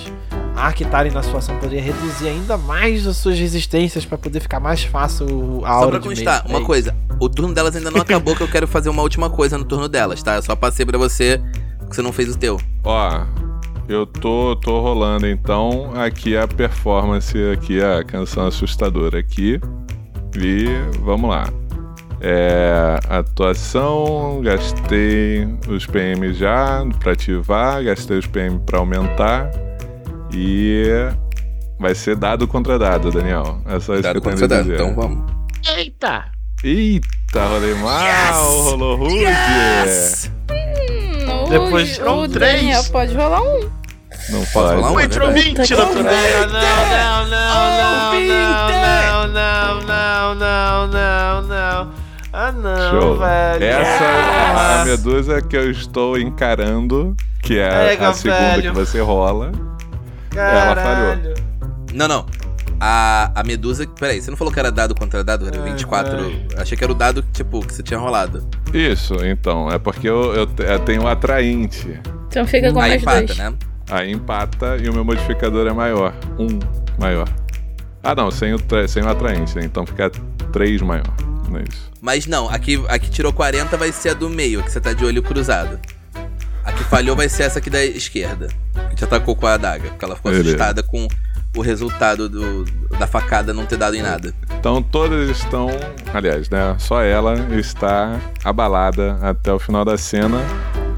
S2: a Arctaren na sua ação poderia reduzir ainda mais as suas resistências pra poder ficar mais fácil
S1: Só
S2: a aura
S1: pra
S2: de
S1: constar,
S2: medo.
S1: uma
S2: É
S1: coisa. O turno delas ainda não acabou, que eu quero fazer uma última coisa no turno delas, tá? Eu só passei pra você, porque você não fez o teu.
S3: Ó, eu tô, tô rolando então aqui a performance, aqui a canção assustadora aqui. E vamos lá. É, atuação, gastei os PM já pra ativar, gastei os PM pra aumentar e vai ser dado contra dado, Daniel. É só isso que eu tenho a dizer.
S1: então vamos.
S5: Eita!
S3: Eita, rolei mal,
S5: Ah,
S1: Yes!
S3: rolou rude.
S4: Hum, o-
S2: Depois de
S4: o
S2: um
S4: Daniel
S5: três.
S4: pode rolar um.
S3: Não
S1: falar
S3: pode.
S1: um?
S5: Um entrou
S1: verdade.
S5: 20 na
S2: isso.
S5: tua
S2: Não, não, não, não, não, não, não, não, não, não. Ah, não,
S3: Show.
S2: velho.
S3: Essa é a
S2: Ah.
S3: medusa que eu estou encarando, que é
S2: Pega,
S3: a segunda
S2: velho.
S3: que você rola. Ela falhou.
S1: Não, não. A, a medusa. Peraí, você não falou que era dado contra dado?
S4: Ah,
S1: Era
S2: Ai,
S1: 24. Achei que era o dado, tipo, que você tinha rolado.
S3: Isso, então. É porque eu, eu te- eu tenho atraente.
S4: Então fica com
S1: Aí
S4: mais
S1: empata,
S4: dois.
S1: né?
S3: Aí empata e o meu modificador é maior. Um maior. Ah, não, sem o, tra- sem o atraente, né? Então fica três maior. Não é isso.
S1: Mas não, a que, a que tirou 40 vai ser a do meio, a que você tá de olho cruzado. A que falhou vai ser essa aqui da esquerda. Que te atacou com a adaga, porque ela ficou
S3: Beleza.
S1: assustada com o resultado do, da facada não ter dado em nada.
S3: Então todas estão. Aliás, né? Só ela está abalada até o final da cena.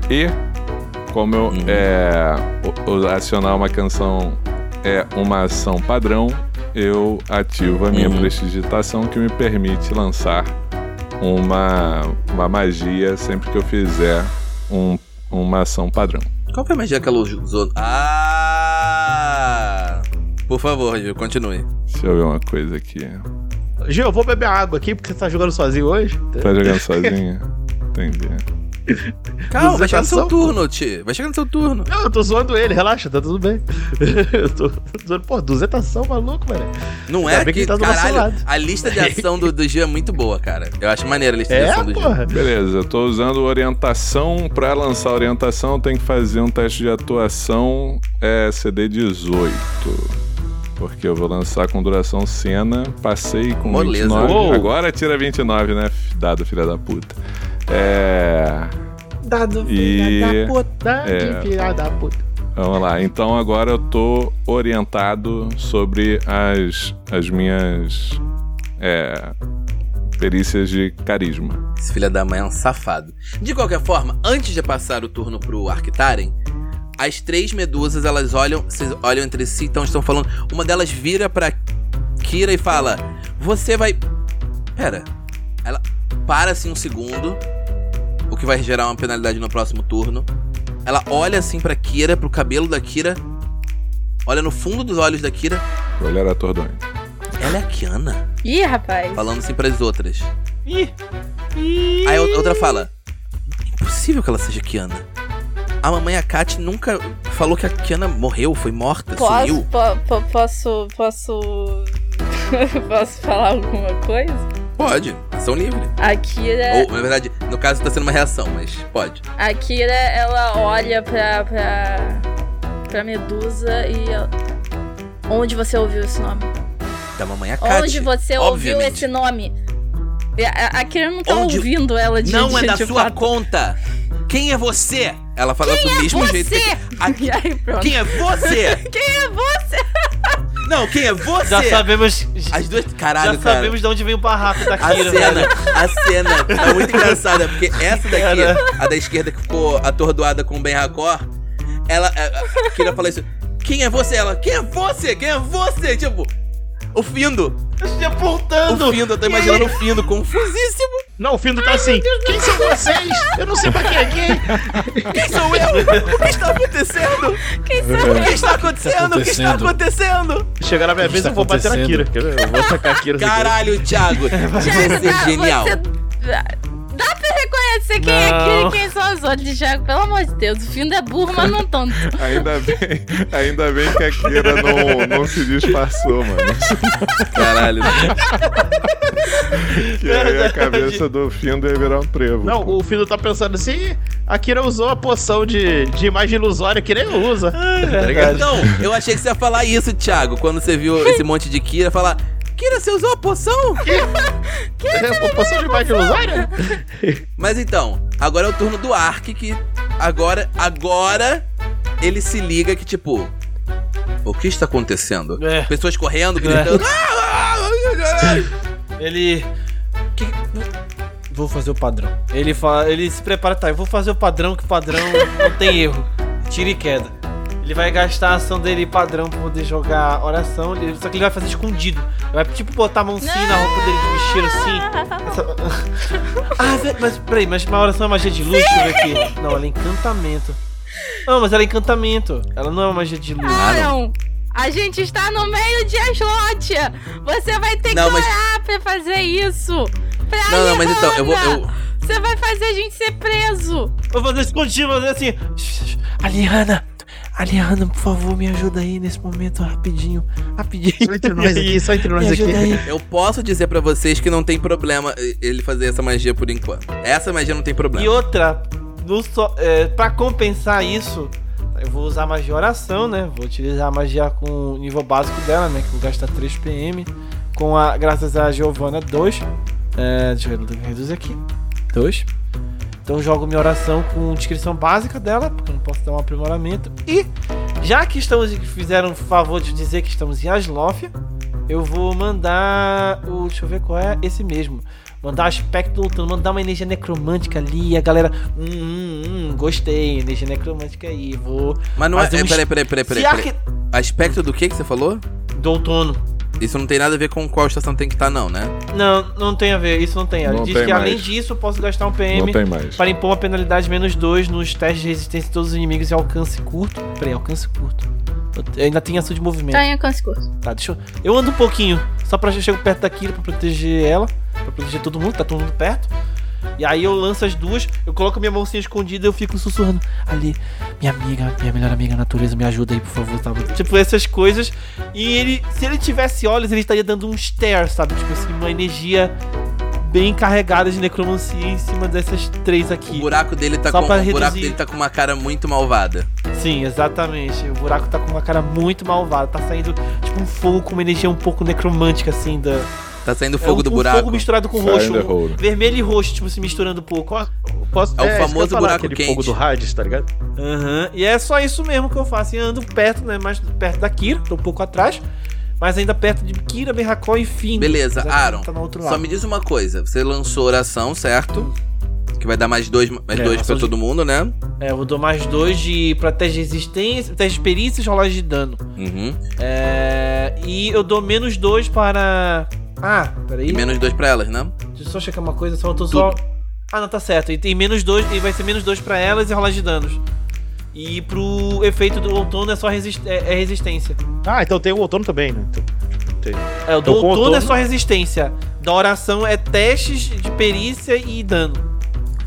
S3: E como eu
S1: Uhum.
S3: é, o- o- acionar uma canção é uma ação padrão, eu ativo a minha
S1: Uhum.
S3: prestidigitação que me permite lançar uma, uma magia sempre que eu fizer um- uma ação padrão.
S1: Qual foi a magia que ela usou? Ah! Por favor, Gil, continue.
S3: Deixa eu ver uma coisa aqui.
S5: Gil, eu vou beber água aqui porque você tá jogando sozinho hoje.
S3: Tá jogando sozinha? Entendi.
S1: Calma, vai chegar no seu
S5: Desatação, pô.
S1: turno, Ti. Vai chegar no seu turno.
S5: Não, eu tô zoando ele, relaxa, tá tudo bem. [LAUGHS] eu tô zoando. Pô, duzetação, maluco, mano.
S1: Não
S5: Ainda
S1: é
S5: bem que
S1: que,
S5: ele tá do nosso
S1: caralho,
S5: lado.
S1: a lista de ação do, do Gil é muito boa, cara. Eu acho maneira a lista de
S5: É,
S1: ação do Gil.
S5: porra.
S3: Beleza, eu tô usando orientação. Pra lançar orientação, tem que fazer um teste de atuação é, CD 18. Porque eu vou lançar com duração cena. Passei com
S1: Moleza.
S3: 29.
S5: Uou.
S3: Agora tira 29, né? f- Dado, filha da puta. É.
S2: Dado.
S3: E.
S5: Dá
S3: É.
S5: de filha da puta.
S3: Vamos lá. Então agora eu tô orientado sobre as, as minhas. É. Perícias de carisma.
S1: Esse filho da mãe é um safado. De qualquer forma, antes de passar o turno pro Arctaren, as três medusas, elas olham, se olham entre si, então estão falando. Uma delas vira pra Kira e fala: Você vai. Pera. Ela para assim um segundo, o que vai gerar uma penalidade no próximo turno. Ela olha assim pra Kira, pro cabelo da Kira. Olha no fundo dos olhos da Kira.
S3: Olhar atordoante.
S1: Ela é a Kiana.
S4: Ih, rapaz.
S1: Falando assim pras outras.
S2: Ih. Ih.
S1: Aí a outra fala: Impossível que ela seja Kiana. A mamãe, a Kat, nunca falou que a Kiana morreu, foi morta,
S4: Posso,
S1: sumiu.
S4: po- po- posso, posso, [LAUGHS] posso falar alguma coisa? é
S1: Pode, ação livre.
S4: A Kira,
S1: Ou, na verdade, no caso tá sendo uma reação, mas pode.
S4: a Kira, ela olha pra, pra, pra Medusa e ela- onde você ouviu esse nome?
S1: Da mamãe, a Kat.
S4: onde você ouviu
S1: obviamente.
S4: esse nome? E A, a Kira não tá
S1: Onde-
S4: ouvindo ela de
S1: Não é
S4: de,
S1: da
S4: de
S1: sua
S4: fato.
S1: conta. Quem é você? Ela
S4: é [LAUGHS]
S1: fala do mesmo jeito que
S4: Você!
S1: a-
S4: E aí, pronto.
S1: Quem é você?
S4: Quem é você?
S1: Não, quem é você?
S2: Já sabemos.
S1: As duas. Caralho,
S2: já
S1: cara.
S2: sabemos de onde veio o barraco da
S1: A
S2: Kira,
S1: cena,
S2: velho.
S1: a cena tá muito engraçada, porque essa daqui,
S2: Cara.
S1: a da esquerda que ficou atordoada com o Ben Racor, ela. é, A, a Kira fala isso. Quem é você? Ela, quem é você? Quem é você? Tipo, o Findo.
S2: Eu estou apontando.
S1: O Findo, eu tô imaginando o Findo, confusíssimo.
S5: Não, o Findo tá assim. Quem são vocês? Eu não sei pra quem é quem.
S1: Quem sou [LAUGHS] eu? O que está acontecendo?
S4: Quem são
S1: O que está acontecendo? O que está acontecendo?
S5: Chegar na minha vez, eu vou bater na Kira. Quer ver? Eu vou atacar [LAUGHS] a Kira. sem querer.
S1: Caralho, Thiago.
S4: Thiago,
S1: Você
S4: dá-
S1: é genial.
S4: você- tá- Dá pra reconhecer quem é
S2: Não.
S4: aquele e quem são os outros, Thiago. Pelo amor de Deus, o Findo é burro,
S1: [LAUGHS]
S4: mas não tanto.
S3: Ainda bem, ainda bem que a Kira não, não se disfarçou, mano.
S1: Caralho.
S3: Que aí a cabeça do Findo ia virar um trevo.
S5: Não, o Findo tá pensando assim. A Kira usou a poção de, de imagem ilusória que nem eu usa.
S2: É
S5: Tá ligado?
S1: Então, eu achei que você ia falar isso, Thiago, quando você viu esse monte de Kira, falar. Kira, você usou a poção?
S5: É, poção de imagem ilusória?
S1: Mas então, agora é o turno do Ark que agora, agora ele se liga que tipo, o que está acontecendo?
S2: É.
S1: Pessoas correndo, gritando. "Ah, ah, ah,
S2: É, Ele. que- né? Vou fazer o padrão. Ele, fa... ele se prepara, tá? Eu vou fazer o padrão, que o padrão não tem erro. Tira e queda. Ele vai gastar a ação dele padrão pra poder jogar a oração, ele- só que ele vai fazer escondido. Ele vai tipo botar a mão assim na roupa dele de bicheiro assim. Essa- [LAUGHS] Ah, velho, mas peraí, mas uma oração é magia de luz? Deixa eu ver aqui. Não, ela é encantamento. Não, mas ela é encantamento. Ela não é uma magia de luz.
S4: Aaron, a gente está no meio de Aslotia. Você vai ter
S1: Não,
S4: que
S1: mas-
S4: orar pra fazer isso. Pra
S1: Não, não, mas então, eu vou-
S4: Irlanda. Você vai fazer a gente ser preso.
S2: Vou fazer escondido, vou fazer assim. Aliana, Aliana, por favor, me ajuda aí nesse momento, rapidinho. Rapidinho.
S5: Só [LAUGHS] entre nós aqui, só entre
S2: Me
S5: nós
S2: ajuda
S5: aqui.
S2: aí.
S1: Eu posso dizer pra vocês que não tem problema ele fazer essa magia por enquanto. Essa magia não tem
S2: E
S1: problema.
S2: outra, no so, é, pra compensar isso, eu vou usar a magia oração, né? Vou utilizar a magia com o nível básico dela, né? Que vou gastar 3 PM. Com a, graças a Giovanna 2. É, deixa eu ver, reduz aqui. 2. Então eu jogo minha oração com descrição básica dela, porque eu não posso dar um aprimoramento. E, já que estamos fizeram o favor de dizer que estamos em Aslófia, eu vou mandar o. Deixa eu ver qual é esse mesmo. Mandar aspecto lutando, mandar uma energia necromântica ali, a galera. Hum, hum, hum, gostei, energia necromântica aí, vou.
S1: Mas não é.
S2: Mas um eu
S1: é,
S2: me-
S1: Peraí, peraí, peraí, peraí.
S2: Se a
S1: peraí.
S2: que-
S1: Aspecto do que que você falou?
S2: Do outono.
S1: Isso não tem nada a ver com qual estação tem que estar, não, né?
S2: Não, não tem a ver, isso não tem. Ela
S3: Não
S2: diz
S3: tem
S2: que além
S3: mais.
S2: disso eu posso gastar um PM.
S3: Não tem mais.
S2: Para impor uma penalidade menos 2 nos testes de resistência de todos os inimigos e alcance curto. Peraí, alcance curto. Eu te- Eu ainda tenho ação de movimento.
S4: Tanha Conscurso.
S2: Tá, deixa eu. Eu ando um pouquinho, só pra eu chego perto da Kira pra proteger ela, pra proteger todo mundo, tá todo mundo perto. E aí eu lanço as duas, eu coloco minha mãozinha escondida e eu fico sussurrando. Ali, minha amiga, minha melhor amiga natureza, me ajuda aí, por favor, tá? Tipo, essas coisas. E ele, se ele tivesse olhos, ele estaria dando um stare, sabe? Tipo assim, uma energia bem carregada de necromancia em cima dessas três
S1: O
S2: aqui.
S1: buraco dele tá
S2: Só
S1: com.
S2: pra
S1: O buraco
S2: reduzir.
S1: dele tá com uma cara muito malvada.
S2: Sim, exatamente. O buraco tá com uma cara muito malvada. Tá saindo, tipo, um fogo com uma energia um pouco necromântica, assim, da.
S1: Tá saindo
S2: É um-
S1: fogo do
S2: um
S1: buraco.
S2: fogo misturado com
S3: Fire in the
S2: roxo.
S3: hole.
S2: Vermelho e roxo, tipo, se misturando um pouco. ó.
S5: Posso,
S1: É o
S5: isso que eu ia
S1: famoso
S5: falar,
S1: buraco
S5: aquele
S1: quente.
S5: fogo do Hades, tá ligado?
S2: Aham. E é só isso mesmo que eu faço. E ando perto, né? Mais perto da Kira, tô um pouco atrás. Mas ainda perto de Kira, Berracó e Finn.
S1: Beleza,
S2: Mas ela
S1: Aaron,
S2: Tá no outro
S1: Só
S2: lado.
S1: me diz uma coisa, você lançou oração, certo? Que vai dar mais dois, mais
S2: É,
S1: dois pra
S2: oração de-
S1: todo mundo, né?
S2: É, eu dou mais dois de pra teste de resistência, teste de perícia e rolagem de dano.
S1: Uhum.
S2: É, e eu dou menos dois para. Ah,
S1: E
S2: peraí.
S1: menos dois pra elas, né?
S2: Deixa eu só checar uma coisa, só eu tô só. Ah, não, tá certo. E tem menos dois, e vai ser menos dois pra elas e rolar de danos. E pro efeito do outono é só resist é, é resistência.
S5: Ah, então tem o outono também, né? Então, tem.
S2: É, o do
S5: Então, com
S2: outono,
S5: outono-
S2: é só resistência. Da oração é testes de perícia e dano.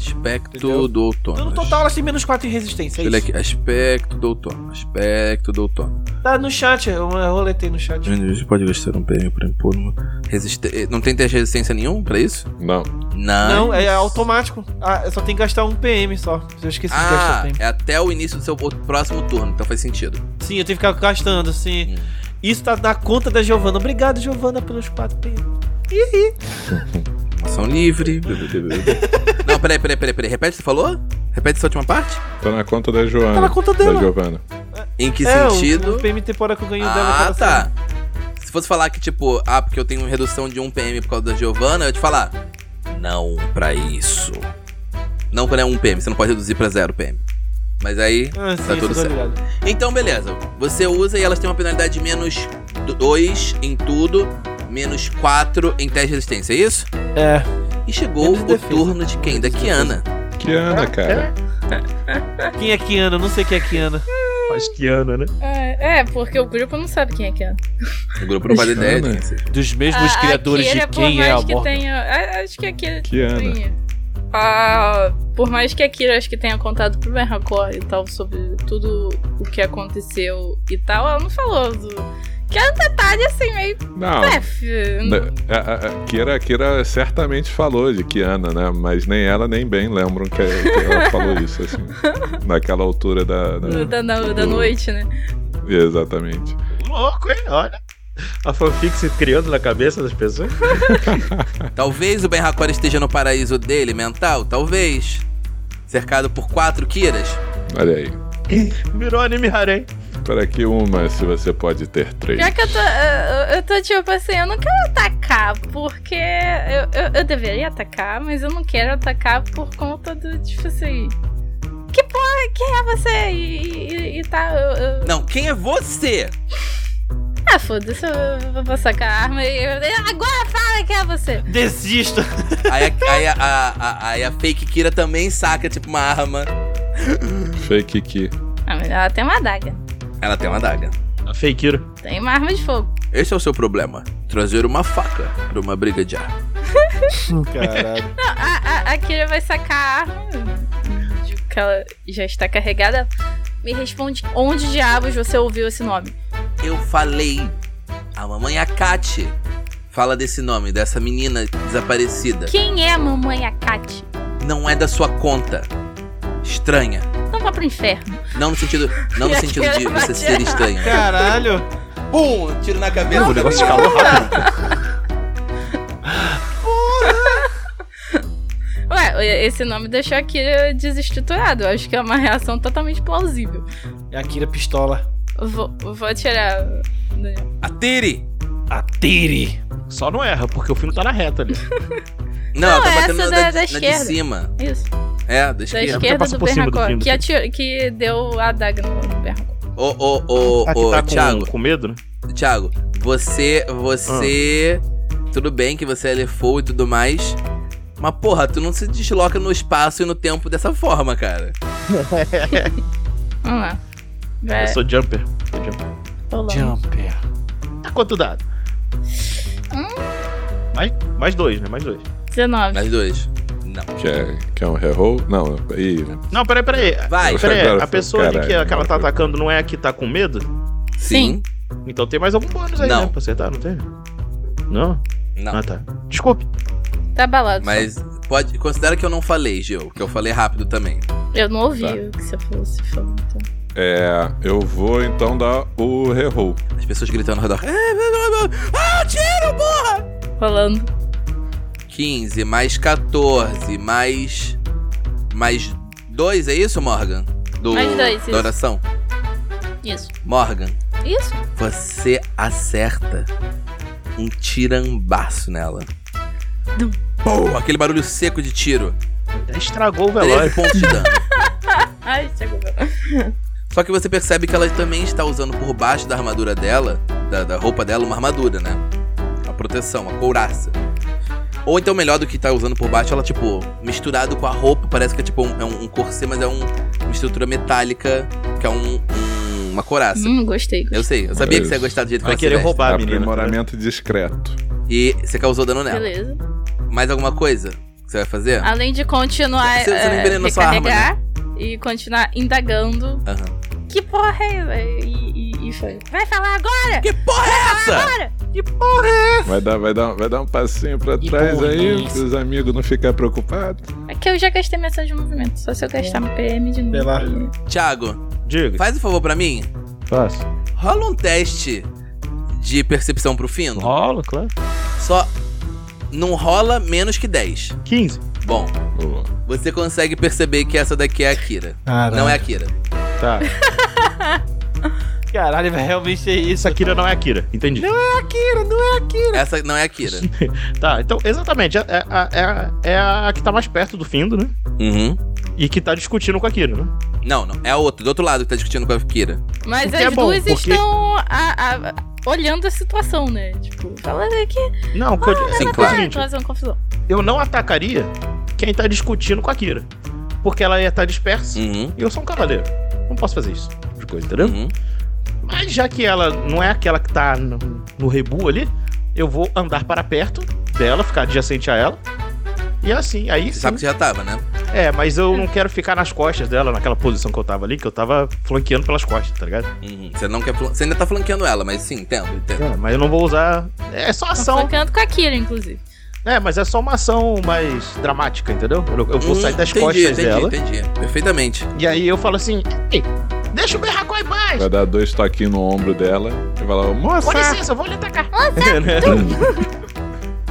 S1: Aspecto
S2: Entendeu?
S1: do outono.
S2: Então no total elas têm menos 4 em resistência. É
S1: Deixa eu olhar
S2: isso.
S1: aqui. Aspecto do outono. Aspecto do outono.
S2: Tá no chat, eu eu roletei no chat.
S1: Você pode gastar um prêmio pra impor uma. Resiste... eh, Não tem teste de resistência nenhum pra isso?
S3: Não.
S1: Não.
S2: Não, é automático. Ah, eu só tem que gastar um PM só. Eu esqueci de gastar
S1: Ah,
S2: PM.
S1: é até o início do seu próximo turno, então faz sentido.
S2: Sim, eu tenho que ficar gastando, sim.
S1: Hum.
S2: Isso tá na conta da Giovana. Obrigado, Giovana, pelos 4 PM. Ih, ih.
S1: Ação livre. Não, peraí, peraí, peraí, peraí. Repete o que você falou? Repete essa última parte?
S3: Tô na conta da
S2: Tá na
S1: Hum.
S3: Joana.
S2: conta
S3: Da
S2: dela.
S3: Giovana.
S1: Em que
S2: é, o-
S1: sentido?
S2: O, PM temporal que eu ganhei dela.
S1: Ah,
S2: aquela
S1: tá.
S2: cena.
S1: fosse falar que, tipo, ah, porque eu tenho redução de 1 PM por causa da Giovanna, eu ia te falar. Não pra isso. Não quando é 1 PM, você não pode reduzir pra 0 PM. Mas aí.
S2: Ah,
S1: Tá
S2: sim,
S1: tudo
S2: isso eu tô
S1: certo.
S2: ligado.
S1: Então, beleza. Você usa e elas têm uma penalidade de menos 2 em tudo, menos 4 em teste de resistência, é isso?
S2: É.
S1: E chegou
S2: Menos
S1: o
S2: defesa.
S1: turno de quem? Da Kiana.
S3: Que anda, cara.
S2: Quem é Kiana? Eu Não sei quem é Kiana.
S5: Faz que ano, né?
S4: É, é, porque o grupo não sabe quem é que é.
S1: O grupo não faz ideia de
S3: Kiana.
S1: quem seja.
S2: Dos mesmos
S4: A- a
S2: criadores de
S4: Kira, por
S2: quem é a
S4: mais que
S2: Morgan.
S4: tenha- a- Acho que a Kira
S3: Que anda.
S4: Sim. Ah, por mais que a Kira acho que tenha contado pro Merracor e tal sobre tudo o que aconteceu e tal, ela não falou do. Que era um detalhe assim, meio
S3: Não.
S4: pef.
S3: A, a- a Kira, a Kira certamente falou de Kiana, né? Mas nem ela nem bem lembram que, que ela falou isso, assim. Naquela altura da. da-
S4: Da, da- da noite, né?
S3: Exatamente.
S5: Louco, hein? Olha. A fanfic se criando na cabeça das pessoas.
S1: Talvez o Ben Hakor esteja no paraíso dele, mental, talvez. Cercado por quatro Kiras.
S3: Olha aí.
S5: Virou anime harem.
S3: Para que uma se você pode ter três?
S4: Pior que eu tô. Eu, eu tô tipo assim, eu não quero atacar, porque eu, eu, eu deveria atacar, mas eu não quero atacar por conta do, tipo assim. Que porra, quem é você? E, e, e tá. eu- eu-
S1: Não, quem é você?
S4: Ah, foda-se, eu- eu vou sacar a arma e. eu- Agora fala quem é você!
S2: Desista!
S1: Aí a, aí a, a- a- aí a fake Kira também saca, tipo, uma arma.
S3: Fake Ki.
S4: Ah, mas ela tem uma adaga.
S1: Ela tem uma daga.
S5: A Feikiro.
S4: Tem uma arma de fogo.
S1: Esse é o seu problema. Trazer uma faca pra uma briga de ar.
S2: Caralho.
S4: Não, a, a, a Kira vai sacar a arma. de- Que ela já está carregada. Me responde onde diabos você ouviu esse nome.
S1: Eu falei. A mamãe Akate fala desse nome, dessa menina desaparecida.
S4: Quem é a mamãe Akati?
S1: Não é da sua conta. Estranha.
S4: Então vá pro inferno.
S1: Não no sentido, não
S4: [LAUGHS]
S1: no
S4: E a
S1: sentido de
S4: Kira
S1: você
S4: bate
S1: ser
S4: ela.
S1: estranha.
S2: Caralho!
S1: Pum! Tiro na cabeça.
S5: O negócio escalou rápido.
S4: Ué, esse nome deixou a Kira desestruturada. Eu acho que é uma reação totalmente plausível.
S2: É a Kira Pistola.
S4: Vou, vou tirar.
S1: Atire!
S2: Atire!
S5: Só não erra, porque o filme tá na reta ali.
S1: Não, ela tá
S4: essa
S1: batendo na,
S4: da-
S1: da,
S4: da
S1: na de
S4: esquerda.
S1: cima.
S4: Isso.
S1: É, da
S4: Da
S1: esquerda.
S4: esquerda
S5: passa
S4: do
S5: por cima do
S4: Bernacor.
S5: filme do
S4: Que, atirou- que deu a adaga no no Bernacor.
S1: Ô, ô, ô,
S5: Ah, que
S1: ô,
S5: tá
S1: Thiago,
S5: com, com medo, né?
S1: Thiago, você, você... Tudo bem que você é LFO e tudo mais, mas porra, tu não se desloca no espaço e no tempo dessa forma, cara.
S4: Vamos lá. Vai.
S5: Eu sou jumper. Sou jumper.
S4: rolando.
S2: Jumper.
S5: Tá quanto dado? Mais, mais dois, né? Mais dois.
S4: 19.
S1: Nas duas. Não.
S3: Quer, quer um reroll? Não, e
S5: Não, peraí, peraí.
S1: Vai.
S5: Peraí,
S3: Agora
S5: a
S3: foi-
S5: pessoa de que,
S3: caralho,
S5: que ela tá
S3: agora foi.
S5: atacando não é a que tá com medo?
S1: Sim.
S5: Então tem mais algum bônus aí,
S1: Não.
S5: né? Pra acertar, não tem? Não?
S1: Não.
S5: Ah, tá. Desculpe.
S4: Tá balado.
S1: Mas pode. Considera que eu não falei, Gil. Que eu falei rápido também.
S4: Eu não ouvi
S3: Tá.
S4: o que você falou, se falou. Então.
S3: é, eu vou então dar o reroll.
S1: As pessoas gritando ao redor. É, Ah, tiro, porra!
S4: Rolando.
S1: 15 mais 14 mais. Mais 2, é isso, Morgan? Do,
S4: Mais dois, isso.
S1: Da oração.
S4: Isso.
S1: Morgan,
S4: Isso.
S1: você acerta um tirambaço nela.
S4: Dum.
S1: Pô, aquele barulho seco de tiro.
S5: Até estragou o
S1: 13
S5: velório.
S1: pontos de dano. [LAUGHS]
S4: Ai, chegou.
S1: Só que você percebe que ela também está usando por baixo da armadura dela, da, da roupa dela, uma armadura, né? A proteção, a couraça. Ou então, melhor do que tá usando por baixo, ela, tipo, misturado com a roupa, parece que é tipo um, é um, um corset, mas é um, uma estrutura metálica, que é um, um- uma couraça.
S4: Hum, gostei.
S1: Eu sei, eu sabia que você ia gostar do jeito que
S5: Vai
S1: ela se
S5: querer
S1: veste.
S5: roubar a menina. né?
S3: Aprimoramento discreto.
S1: E você causou dano nela.
S4: Beleza.
S1: Mais alguma coisa que você vai fazer?
S4: Além de continuar
S1: Você- você não
S4: eh,
S1: envenenou sua arma, né?
S4: recarregar e continuar indagando.
S1: Aham.
S4: Que porra é essa? E, e, e foi. Vai falar agora!
S1: Que porra é essa?
S3: Vai dar, vai dar, vai dar um passinho pra
S2: E
S3: trás
S2: bom,
S3: aí,
S2: isso.
S3: pros amigos não ficar preocupados.
S4: É que eu já gastei minha ação de movimento. Só se eu gastar meu PM de novo.
S2: Sei lá.
S1: é Thiago,
S5: Diga.
S1: faz um favor pra mim.
S5: Faço.
S1: Rola um teste de percepção pro fino.
S5: Rola, claro.
S1: Só não rola menos que 10.
S5: 15.
S1: Bom,
S3: Boa.
S1: você consegue perceber que essa daqui é a Kira.
S5: [LAUGHS]
S2: Caralho.
S1: Não é a Kira.
S5: Tá.
S2: Caralho, velho, realmente é isso.
S5: Isso Akira não é Akira, entendi.
S2: Akira, não é Akira.
S1: Essa não é a Kira.
S5: Tá, então, exatamente, é, é, a- é, a- é a que tá mais perto do Findo, né?
S1: Uhum.
S5: E que tá discutindo com a Akira, né?
S1: Não, não. É a outra, do outro lado que tá discutindo com a Kira.
S4: Mas
S5: O que
S4: as
S5: é bom,
S4: duas
S5: porque-
S4: estão a- a- olhando a situação, né? Tipo, falando aqui,
S5: Não, o que eu-
S1: Sim,
S5: é o
S4: tá
S1: claro.
S5: seguinte,
S4: trazendo confusão.
S5: eu não atacaria quem tá discutindo com a Akira. Porque ela ia estar dispersa
S1: Uhum.
S5: e eu sou um cavaleiro. Não posso fazer isso. De coisa, entendeu?
S1: Uhum.
S5: Mas já que ela não é aquela que tá no, no rebu ali, eu vou andar para perto dela, ficar adjacente a ela. E assim, aí
S1: Você
S5: sim.
S1: sabe que você já tava, né?
S5: É, mas eu não quero ficar nas costas dela, naquela posição que eu tava ali, que eu tava flanqueando pelas costas, tá ligado?
S1: Uhum. Você não quer. flan- Você ainda tá flanqueando ela, mas sim, entendo, entendo.
S5: É, mas eu não vou usar. É só
S4: Estão
S5: ação.
S4: tocando com a Kira, inclusive.
S5: É, mas é só uma ação mais dramática, entendeu? Eu, eu vou
S1: Hum,
S5: sair das
S1: entendi,
S5: costas
S1: entendi,
S5: dela.
S1: Entendi, perfeitamente.
S5: E aí eu falo assim: Ei, deixa o berracó em paz!
S3: Vai dar dois toquinhos no ombro dela e vai lá, moça!
S5: Com licença, eu vou lhe atacar. [LAUGHS]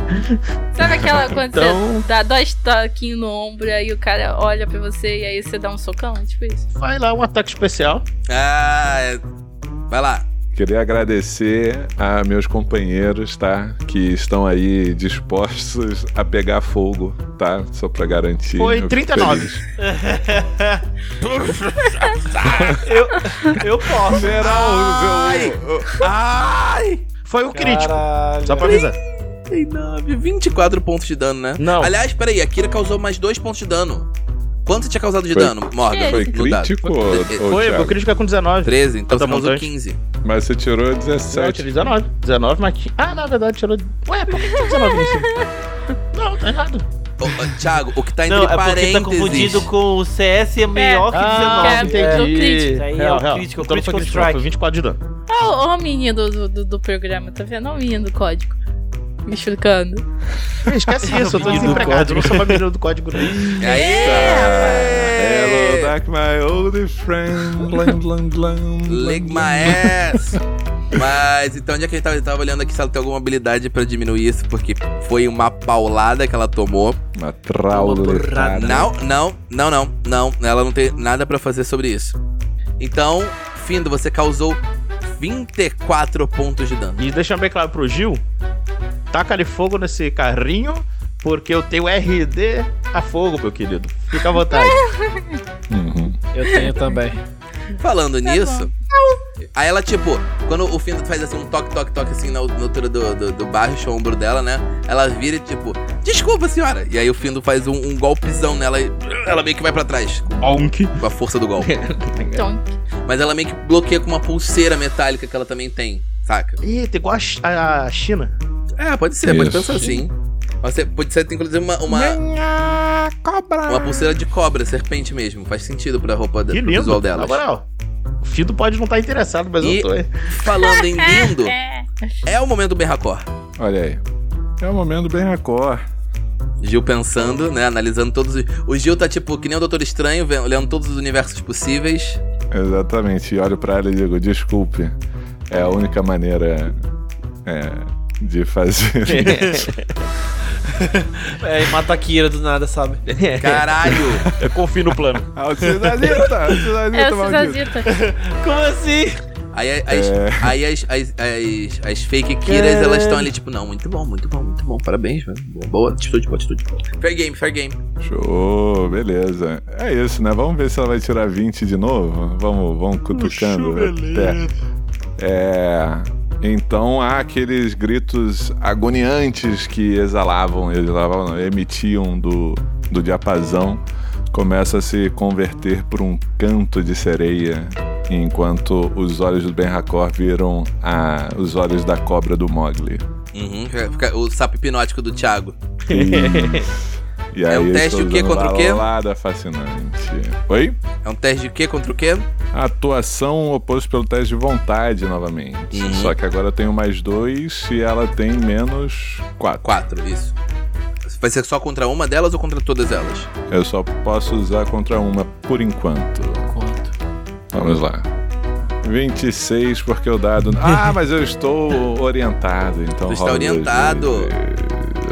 S5: Né?
S4: Sabe aquela quando
S5: Então-
S4: você dá dois toquinhos no ombro aí o cara olha pra você e aí você dá um socão? Tipo isso.
S5: Vai lá, um ataque especial.
S1: Ah, é... vai lá.
S3: Queria agradecer a meus companheiros, tá? Que estão aí dispostos a pegar fogo, tá? Só pra garantir.
S5: Foi
S3: Eu fico
S5: 39.
S3: feliz.
S2: Eu, eu posso.
S1: é Ai! Ai!
S5: Foi o crítico.
S2: Caralho.
S5: Só pra avisar.
S1: 39, 24 pontos de dano, né?
S5: Não.
S1: Aliás, peraí, a Kira causou mais 2 pontos de dano. Quanto você tinha causado de
S3: Foi-
S1: dano, Morgan?
S3: Foi
S1: no dado?
S3: crítico, ou,
S5: Foi, o
S3: Thiago?
S5: crítico é com 19.
S1: 13, então
S5: Tá
S1: você causou
S5: montante.
S1: 15.
S3: Mas você tirou
S5: Não, eu
S3: 17.
S5: tirei 19. 19, mas. tinha- Ah, na verdade, tirou. Ué, por que tirou 19 [LAUGHS] em cima? Não, tá errado.
S1: Ô, ô, Thiago, o que tá entre
S2: Não, é porque
S1: parênteses.
S2: tá confundido com o CS é melhor que
S4: Ah,
S2: 19.
S4: entendi. É, crítico.
S2: Aí é o crítico, o
S5: Então não
S2: critical
S5: foi crítico, não, foi
S2: strike.
S5: 24 de dano.
S4: Ó, o- ó o menino do, do, do programa, tá vendo? Ó o menino do código. Me explicando.
S5: [LAUGHS] Esquece isso, eu tô
S2: Menino do
S5: desempregado. Eu
S2: código.
S5: não sou mais menino do código. [LAUGHS] não.
S1: É Aê!
S3: Hello, Dark, my old friend. Blam, blam, blam,
S1: Lick
S3: blam,
S1: my ass! Mas então onde é que ele tava? Ele tava olhando aqui se ela tem alguma habilidade pra diminuir isso, porque foi uma paulada que ela tomou.
S3: blam. Uma trauletada.
S1: Não, não, não, não, não. Ela não tem nada pra fazer sobre isso. Então, Findo, você causou 24 pontos de dano.
S5: E deixando bem claro pro Gil: taca-lhe fogo nesse carrinho, porque eu tenho RD a fogo, meu querido. Fica à vontade.
S3: Uhum.
S2: Eu tenho também.
S1: Falando
S4: Tá
S1: nisso. Aí ela, tipo, quando o Findo faz assim um toque, toque, toque assim na na altura do, do, do baixo, o ombro dela, né? Ela vira e tipo, desculpa senhora! E aí o Findo faz um, um golpezão nela e ela meio que vai pra trás,
S5: Bonk.
S1: com a força do golpe.
S4: Então,
S1: Mas ela meio que bloqueia com uma pulseira metálica que ela também tem, saca?
S5: Eita, igual a Chi- a, a China.
S1: É, pode ser, pode
S3: Isso.
S1: pensar assim. Pode ser, pode ser inclusive, uma, uma,
S3: Minha cobra!
S1: uma pulseira de cobra, serpente mesmo. Faz sentido pra roupa da,
S5: Que
S1: pro
S5: lindo.
S1: visual
S5: Na
S1: delas.
S5: moral. O Fido pode não estar interessado, mas
S1: E-
S5: eu tô.
S1: Falando
S3: [LAUGHS]
S1: em lindo,
S4: é.
S1: é o momento do Berracor.
S3: Olha aí. É o momento bem racor.
S1: Gil pensando, né? Analisando todos os. O Gil tá tipo, que nem o Doutor Estranho, vendo- olhando todos os universos possíveis.
S3: Exatamente. E olho pra ela e digo, desculpe. É a única maneira é, de fazer. [LAUGHS]
S2: É, e mata a Kira do nada, sabe?
S1: Caralho!
S5: Eu confio no plano.
S3: [LAUGHS] Ah, o Cidadita! O
S4: É
S3: Cidadita,
S4: o
S3: maldito!
S4: Cisazita.
S2: Como assim?
S1: Aí, as,
S3: É.
S1: aí as, as, as, as fake Kiras, elas estão ali, tipo, não, muito bom, muito bom, muito bom. Parabéns, mano. Boa, boa atitude, boa atitude. Fair game, fair game.
S3: Show, beleza. É isso, né? Vamos ver se ela vai tirar 20 de novo. Vamos, vamos cutucando. até. É. Então há aqueles gritos agoniantes que exalavam, exalavam não, emitiam do, do diapasão, começa a se converter por um canto de sereia, enquanto os olhos do Ben Hakor viram a, os olhos da cobra do Mogli.
S1: Uhum, fica- o sapo hipnótico do Thiago.
S3: E
S1: É um teste
S3: estou
S1: o quê
S3: usando
S1: contra o quê?
S3: Balada fascinante. Oi?
S1: É um teste de quê contra o quê?
S3: Atuação oposto pelo teste de vontade novamente.
S1: Uhum.
S3: Só que agora eu tenho mais dois e ela tem menos quatro.
S1: Quatro, isso. Vai ser só contra uma delas ou contra todas elas?
S3: Eu só posso usar contra uma por enquanto. Vamos lá. 26, porque o dado. Ah, mas eu estou orientado, então.
S1: Tu está
S3: rola dois
S1: orientado.
S3: vezes.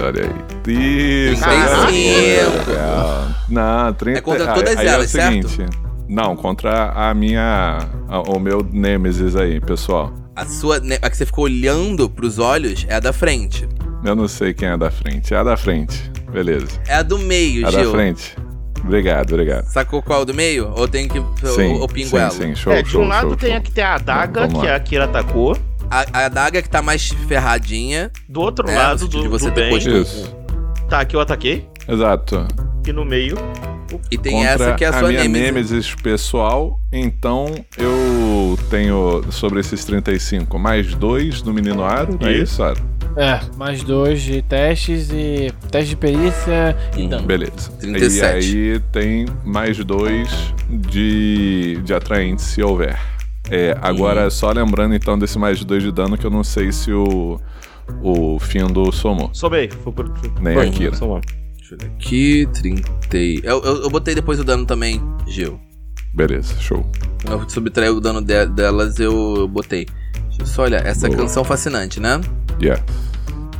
S3: Olha aí. Isso,
S1: Trinta
S3: Ah,
S1: e
S3: agora sim.
S1: cinco.
S3: Legal. Não, 30
S1: É contra todas
S3: aí, aí
S1: elas,
S3: é o
S1: certo?
S3: seguinte. Não, contra a minha. a- o meu Nemesis aí, pessoal.
S1: A sua. né, A que você ficou olhando pros olhos é a da frente.
S3: Eu não sei quem é da frente. É a da frente. Beleza.
S1: É a do meio,
S3: É a da
S1: Gil.
S3: frente. Obrigado, obrigado.
S1: Sacou qual é do meio? Ou tem que.
S3: Sim,
S1: ou, ou pingo
S3: sim,
S1: ela?
S3: sim, show,
S5: é, de
S3: show,
S5: um lado
S3: show,
S5: tem
S3: show.
S5: a que tem a adaga,
S3: Vamos lá.
S5: que é a Akira atacou.
S1: A, a adaga que tá mais ferradinha.
S5: Do outro
S1: É, no
S5: lado
S1: sentido
S5: do,
S1: de você
S5: do
S1: ter
S5: bem,
S1: posto-
S3: Isso,
S5: tá, que eu ataquei.
S3: exato.
S5: E no meio,
S1: E tem
S3: Contra
S1: essa que é a sua
S3: minha
S1: Nemesis.
S3: Nemesis pessoal, então eu tenho sobre esses 35, mais dois do menino Aro, não é
S5: Isso.
S3: isso, Aro?
S2: É, mais dois de testes e. Teste de perícia
S1: Hum.
S2: e dano.
S3: Beleza.
S1: 37.
S3: E aí tem mais dois de, de atraente, se houver. É, agora,
S1: Uhum.
S3: só lembrando então desse mais dois de dano, que eu não sei se o, o Findo somou,
S5: somei. Foi por. foi-
S3: nem
S5: foi,
S3: a Kira.
S5: somou.
S1: Deixa eu ver aqui, 30. e- Eu, eu, eu botei depois o dano também, Gil.
S3: Beleza, show.
S1: Quando eu subtraí o dano de- delas, eu eu botei. Deixa eu só olhar. Essa
S3: Boa.
S1: canção fascinante, né?
S3: Yeah.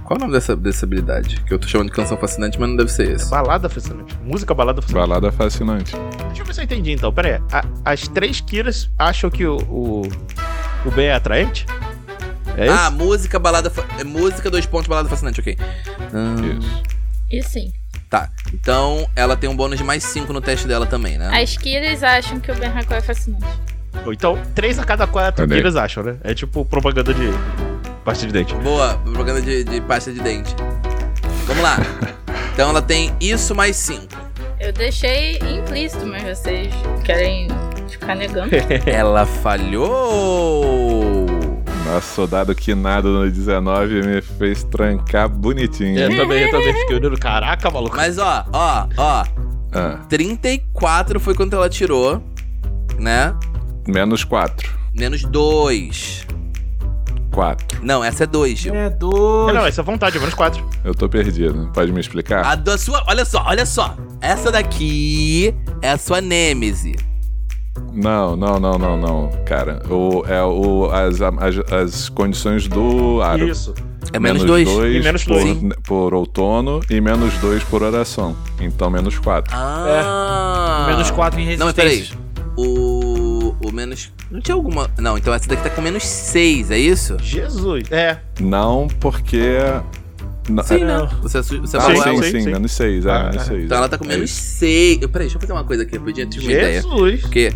S1: Qual o nome dessa, dessa habilidade? Que eu tô chamando de canção fascinante, mas não deve ser esse.
S5: Balada fascinante. Música balada fascinante.
S3: Balada fascinante.
S5: Deixa eu ver se eu entendi então. Pera aí. A- as três Kiras acham que o, o, o Ben é atraente? É isso?
S1: ah, música, balada. fa- é Música, dois pontos, balada fascinante, ok. Ah,
S3: Isso.
S4: E sim.
S1: tá. Então, ela tem um bônus de mais 5 no teste dela também, né?
S4: As Kiras acham que o Ben Hakoy é fascinante.
S1: Ah.
S5: Ou Então, três a cada quatro
S3: Olha aí.
S5: Kiras acham, né? É tipo propaganda de pasta de dente.
S1: Boa, propaganda de, de pasta de dente. Vamos lá. então, ela tem isso mais 5.
S4: Eu deixei implícito, mas vocês querem ficar negando.
S1: Ela falhou!
S3: Nossa, o dado que nada no 19 me fez trancar bonitinho.
S2: É.
S5: Eu também, eu também fiquei olhando. Caraca, maluco.
S1: Mas ó, ó, ó.
S3: Ah,
S1: 34 foi quanto ela tirou, né?
S3: menos 4.
S1: Menos 2.
S3: 4.
S1: Não, essa é 2, Gil.
S2: É dois.
S5: Não, essa é vontade, menos quatro.
S3: Eu tô perdido. Pode me explicar?
S1: A da sua, olha só, olha só. Essa daqui é a sua nêmese.
S3: Não, não, não, não, não. Cara, o, é o, as, as, as condições do aro.
S5: Isso.
S1: É menos 2.
S3: dois
S5: E menos
S3: por,
S5: dois.
S3: por outono e menos 2 por oração. Então, menos 4.
S1: Ah.
S2: Menos quatro em
S1: Não, mas
S2: resistência.
S1: O, o menos. Não tinha alguma. Não, então essa daqui tá com menos 6, é isso?
S5: Jesus. É.
S3: Não, porque. Não, é-
S2: não.
S1: Você, assu- você
S3: Ah,
S1: falou
S3: sim,
S1: ela.
S3: sim,
S5: sim, sim.
S3: menos 6.
S5: Ah,
S3: menos
S5: é.
S3: seis,
S1: Então
S3: é.
S1: ela tá com
S3: É
S1: menos
S3: isso.
S1: 6. Peraí, deixa eu fazer uma coisa aqui, eu podia ter uma ideia.
S5: Jesus.
S1: Porque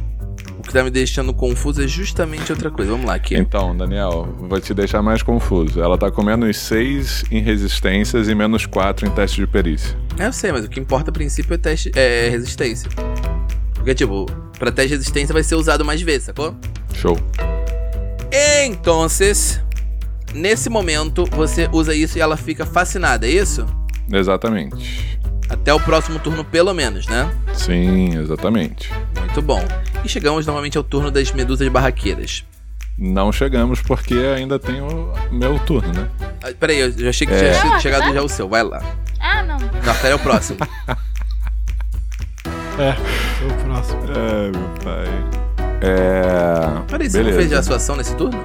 S1: o que tá me deixando confuso é justamente outra coisa. Vamos lá, aqui.
S3: Então, Daniel, vou te deixar mais confuso. Ela tá com menos 6 em resistências e menos 4 em teste de perícia.
S1: É, eu sei, mas o que importa a princípio é, teste, é resistência. Porque, tipo, pra teste de resistência vai ser usado mais vezes, sacou?
S3: Show.
S1: Então, nesse momento, você usa isso e ela fica fascinada, é isso?
S3: Exatamente.
S1: Até o próximo turno, pelo menos, né?
S3: Sim, exatamente.
S1: Muito bom. E chegamos novamente ao turno das medusas barraqueiras.
S3: Não chegamos porque ainda tem o meu turno, né?
S1: Ah, Peraí, eu já achei que tinha
S3: É.
S1: sido
S4: Não,
S1: chegado
S4: tá.
S1: já o seu. Vai lá.
S4: Ah, não.
S1: Não, peraí, é o próximo.
S2: O próximo.
S3: É, meu pai. É.
S1: Peraí, você não
S3: Beleza.
S1: fez já a sua ação nesse turno?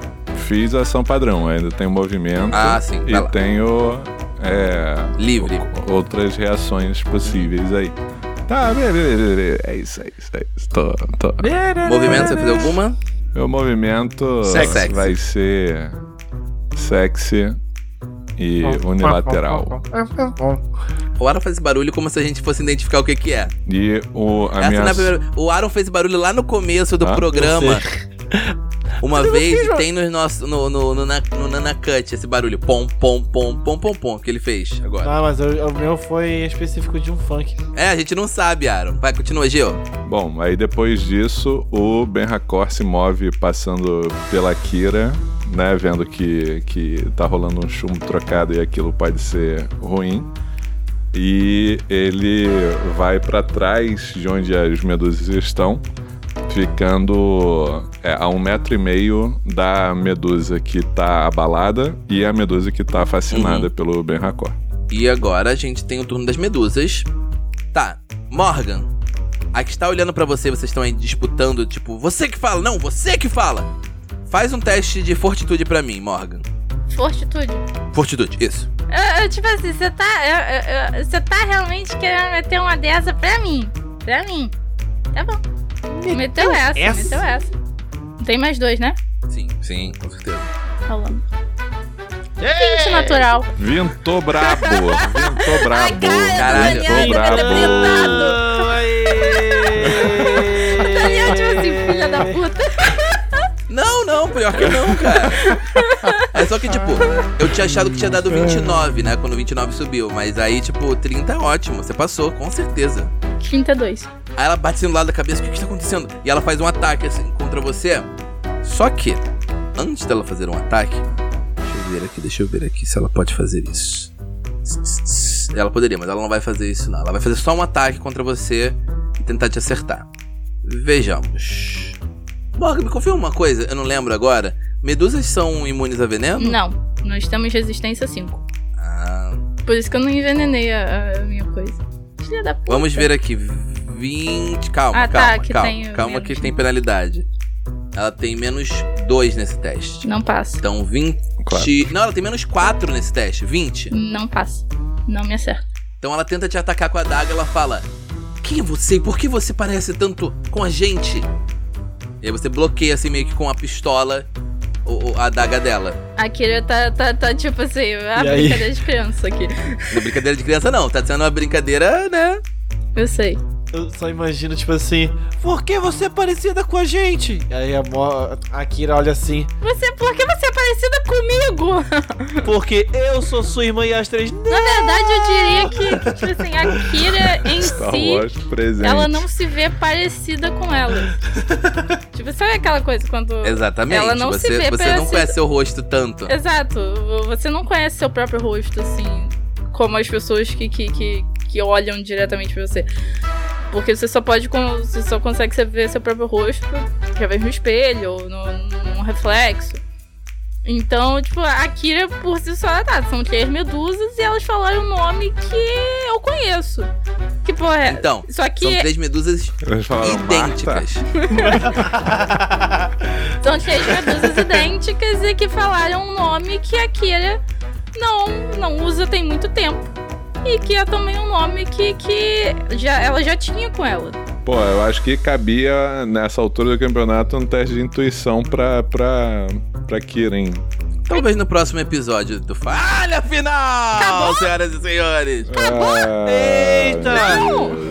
S3: Fiz ação padrão, ainda tem movimento.
S1: Ah, sim, vai
S3: E
S1: lá.
S3: tenho. É,
S1: Livre.
S3: o- outras reações possíveis aí. Tá, beleza, beleza. É isso, é isso, é isso. Tô, tô.
S1: Movimento, você fez alguma?
S3: Meu movimento
S1: Sexy.
S3: vai ser sexy e unilateral.
S1: O Aaron faz esse barulho como se a gente fosse identificar o que que é.
S3: E o, a
S1: Essa
S3: minha
S1: não é a primeira- O Aaron fez barulho lá no começo do
S3: Ah,
S1: programa. [LAUGHS] Uma vez, e tem no nosso. No, no, no, na- no Nanacut esse barulho. Pom, pom, pom, pom, pom, pom, que ele fez agora.
S2: Ah, mas o, o meu foi específico de um funk.
S1: É, a gente não sabe, Aaron. Vai, continua, Gil.
S3: Bom, aí depois disso, o Ben Hakor se move passando pela Kira, né? Vendo que, que tá rolando um chumbo trocado e aquilo pode ser ruim. E ele vai pra trás de onde as medusas estão, ficando é, a um metro e meio da medusa que tá abalada e a medusa que tá fascinada
S4: Uhum.
S3: pelo Ben Hakor.
S1: E agora a gente tem o turno das medusas. Tá, Morgan. A que está olhando pra você, vocês estão aí disputando, tipo, você que fala, não, você que fala. Faz um teste de fortitude pra mim, Morgan.
S4: Fortitude.
S1: Fortitude, isso.
S4: Eu, eu, tipo assim, você tá. eu- eu- eu- Você tá realmente querendo meter uma dessa pra mim. Pra mim. Tá bom. Meteu essa,
S2: essa?
S4: meteu essa. Tem mais dois, né?
S1: Sim, sim, com certeza.
S4: Rolando. Isso natural. [LAUGHS]
S3: Vintou brabo. Vintou brabo.
S1: Caralho.
S3: Vintou brabo.
S2: Não, aê!
S4: Daniel, tipo assim, filha da puta.
S1: Não, não, pior que não, cara. É só que, tipo, eu tinha achado que tinha dado 29, né? Quando 29 subiu. Mas aí, tipo, 30 é ótimo. Você passou, com certeza.
S4: 32.
S1: Aí ela bate assim no lado da cabeça, o que que tá acontecendo? E ela faz um ataque, assim, contra você. Só que, antes dela fazer um ataque... Deixa eu ver aqui, deixa eu ver aqui se ela pode fazer isso. Ela poderia, mas ela não vai fazer isso, não. Ela vai fazer só um ataque contra você e tentar te acertar. Vejamos. Morgan, me confirma uma coisa, eu não lembro agora. Medusas são imunes a veneno?
S4: Não, nós temos resistência 5.
S1: Ah,
S4: Por isso que eu não envenenei a, a minha coisa. Filha da puta.
S1: Vamos ver aqui. 20. Calma,
S4: Ah, tá,
S1: calma,
S4: que
S1: calma.
S4: tem
S1: calma
S4: menos,
S1: que
S4: né?
S1: tem penalidade. Ela tem menos 2 nesse teste.
S4: Não passa.
S1: Então 20.
S3: Claro.
S1: Não, ela tem menos 4 nesse teste. 20.
S4: Não passa. Não me acerta.
S1: Então ela tenta te atacar com a daga ela fala: Quem é você? e Por que você parece tanto com a gente? E aí você bloqueia assim meio que com a pistola o- o- a daga dela.
S4: A Kira tá, tá, tá tipo assim, ah,
S2: E aí?
S4: brincadeira de criança aqui.
S1: Não é brincadeira de criança, não. Tá sendo uma brincadeira, né?
S4: Eu sei.
S2: Eu só imagino, tipo assim, por que você é parecida com a gente? Aí a, Mo- a Kira olha assim,
S4: Você, por que você é parecida comigo?
S2: porque eu sou sua irmã e as três. Não,
S4: Na verdade, eu diria que, tipo assim, a Kira em
S3: Star
S4: si,
S3: Wars presente.
S4: ela não se vê parecida com ela. tipo, sabe aquela coisa quando.
S1: Exatamente.
S4: Ela não se
S1: você
S4: vê
S1: você não
S4: parecida-
S1: conhece seu rosto tanto.
S4: Exato. Você não conhece seu próprio rosto, assim, como as pessoas que, que, que, que olham diretamente pra você. Porque você só pode. con- Você só consegue se ver seu próprio rosto através no espelho ou no, num reflexo. Então, tipo, a Kira por si só ela tá. São três medusas e elas falaram um nome que eu conheço. Que porra é?
S1: Então,
S4: Só que
S1: são três medusas
S3: Eles falaram, "Marta,
S1: idênticas.
S4: São três medusas idênticas e que falaram um nome que a Kira não, não usa tem muito tempo. E que é também um nome que, que já, ela já tinha com ela.
S3: Pô, eu acho que cabia nessa altura do campeonato um teste de intuição pra, pra, pra Kirin.
S1: Talvez no próximo episódio do Falha Final, senhoras e senhores.
S3: Ah,
S2: Eita!
S4: Não!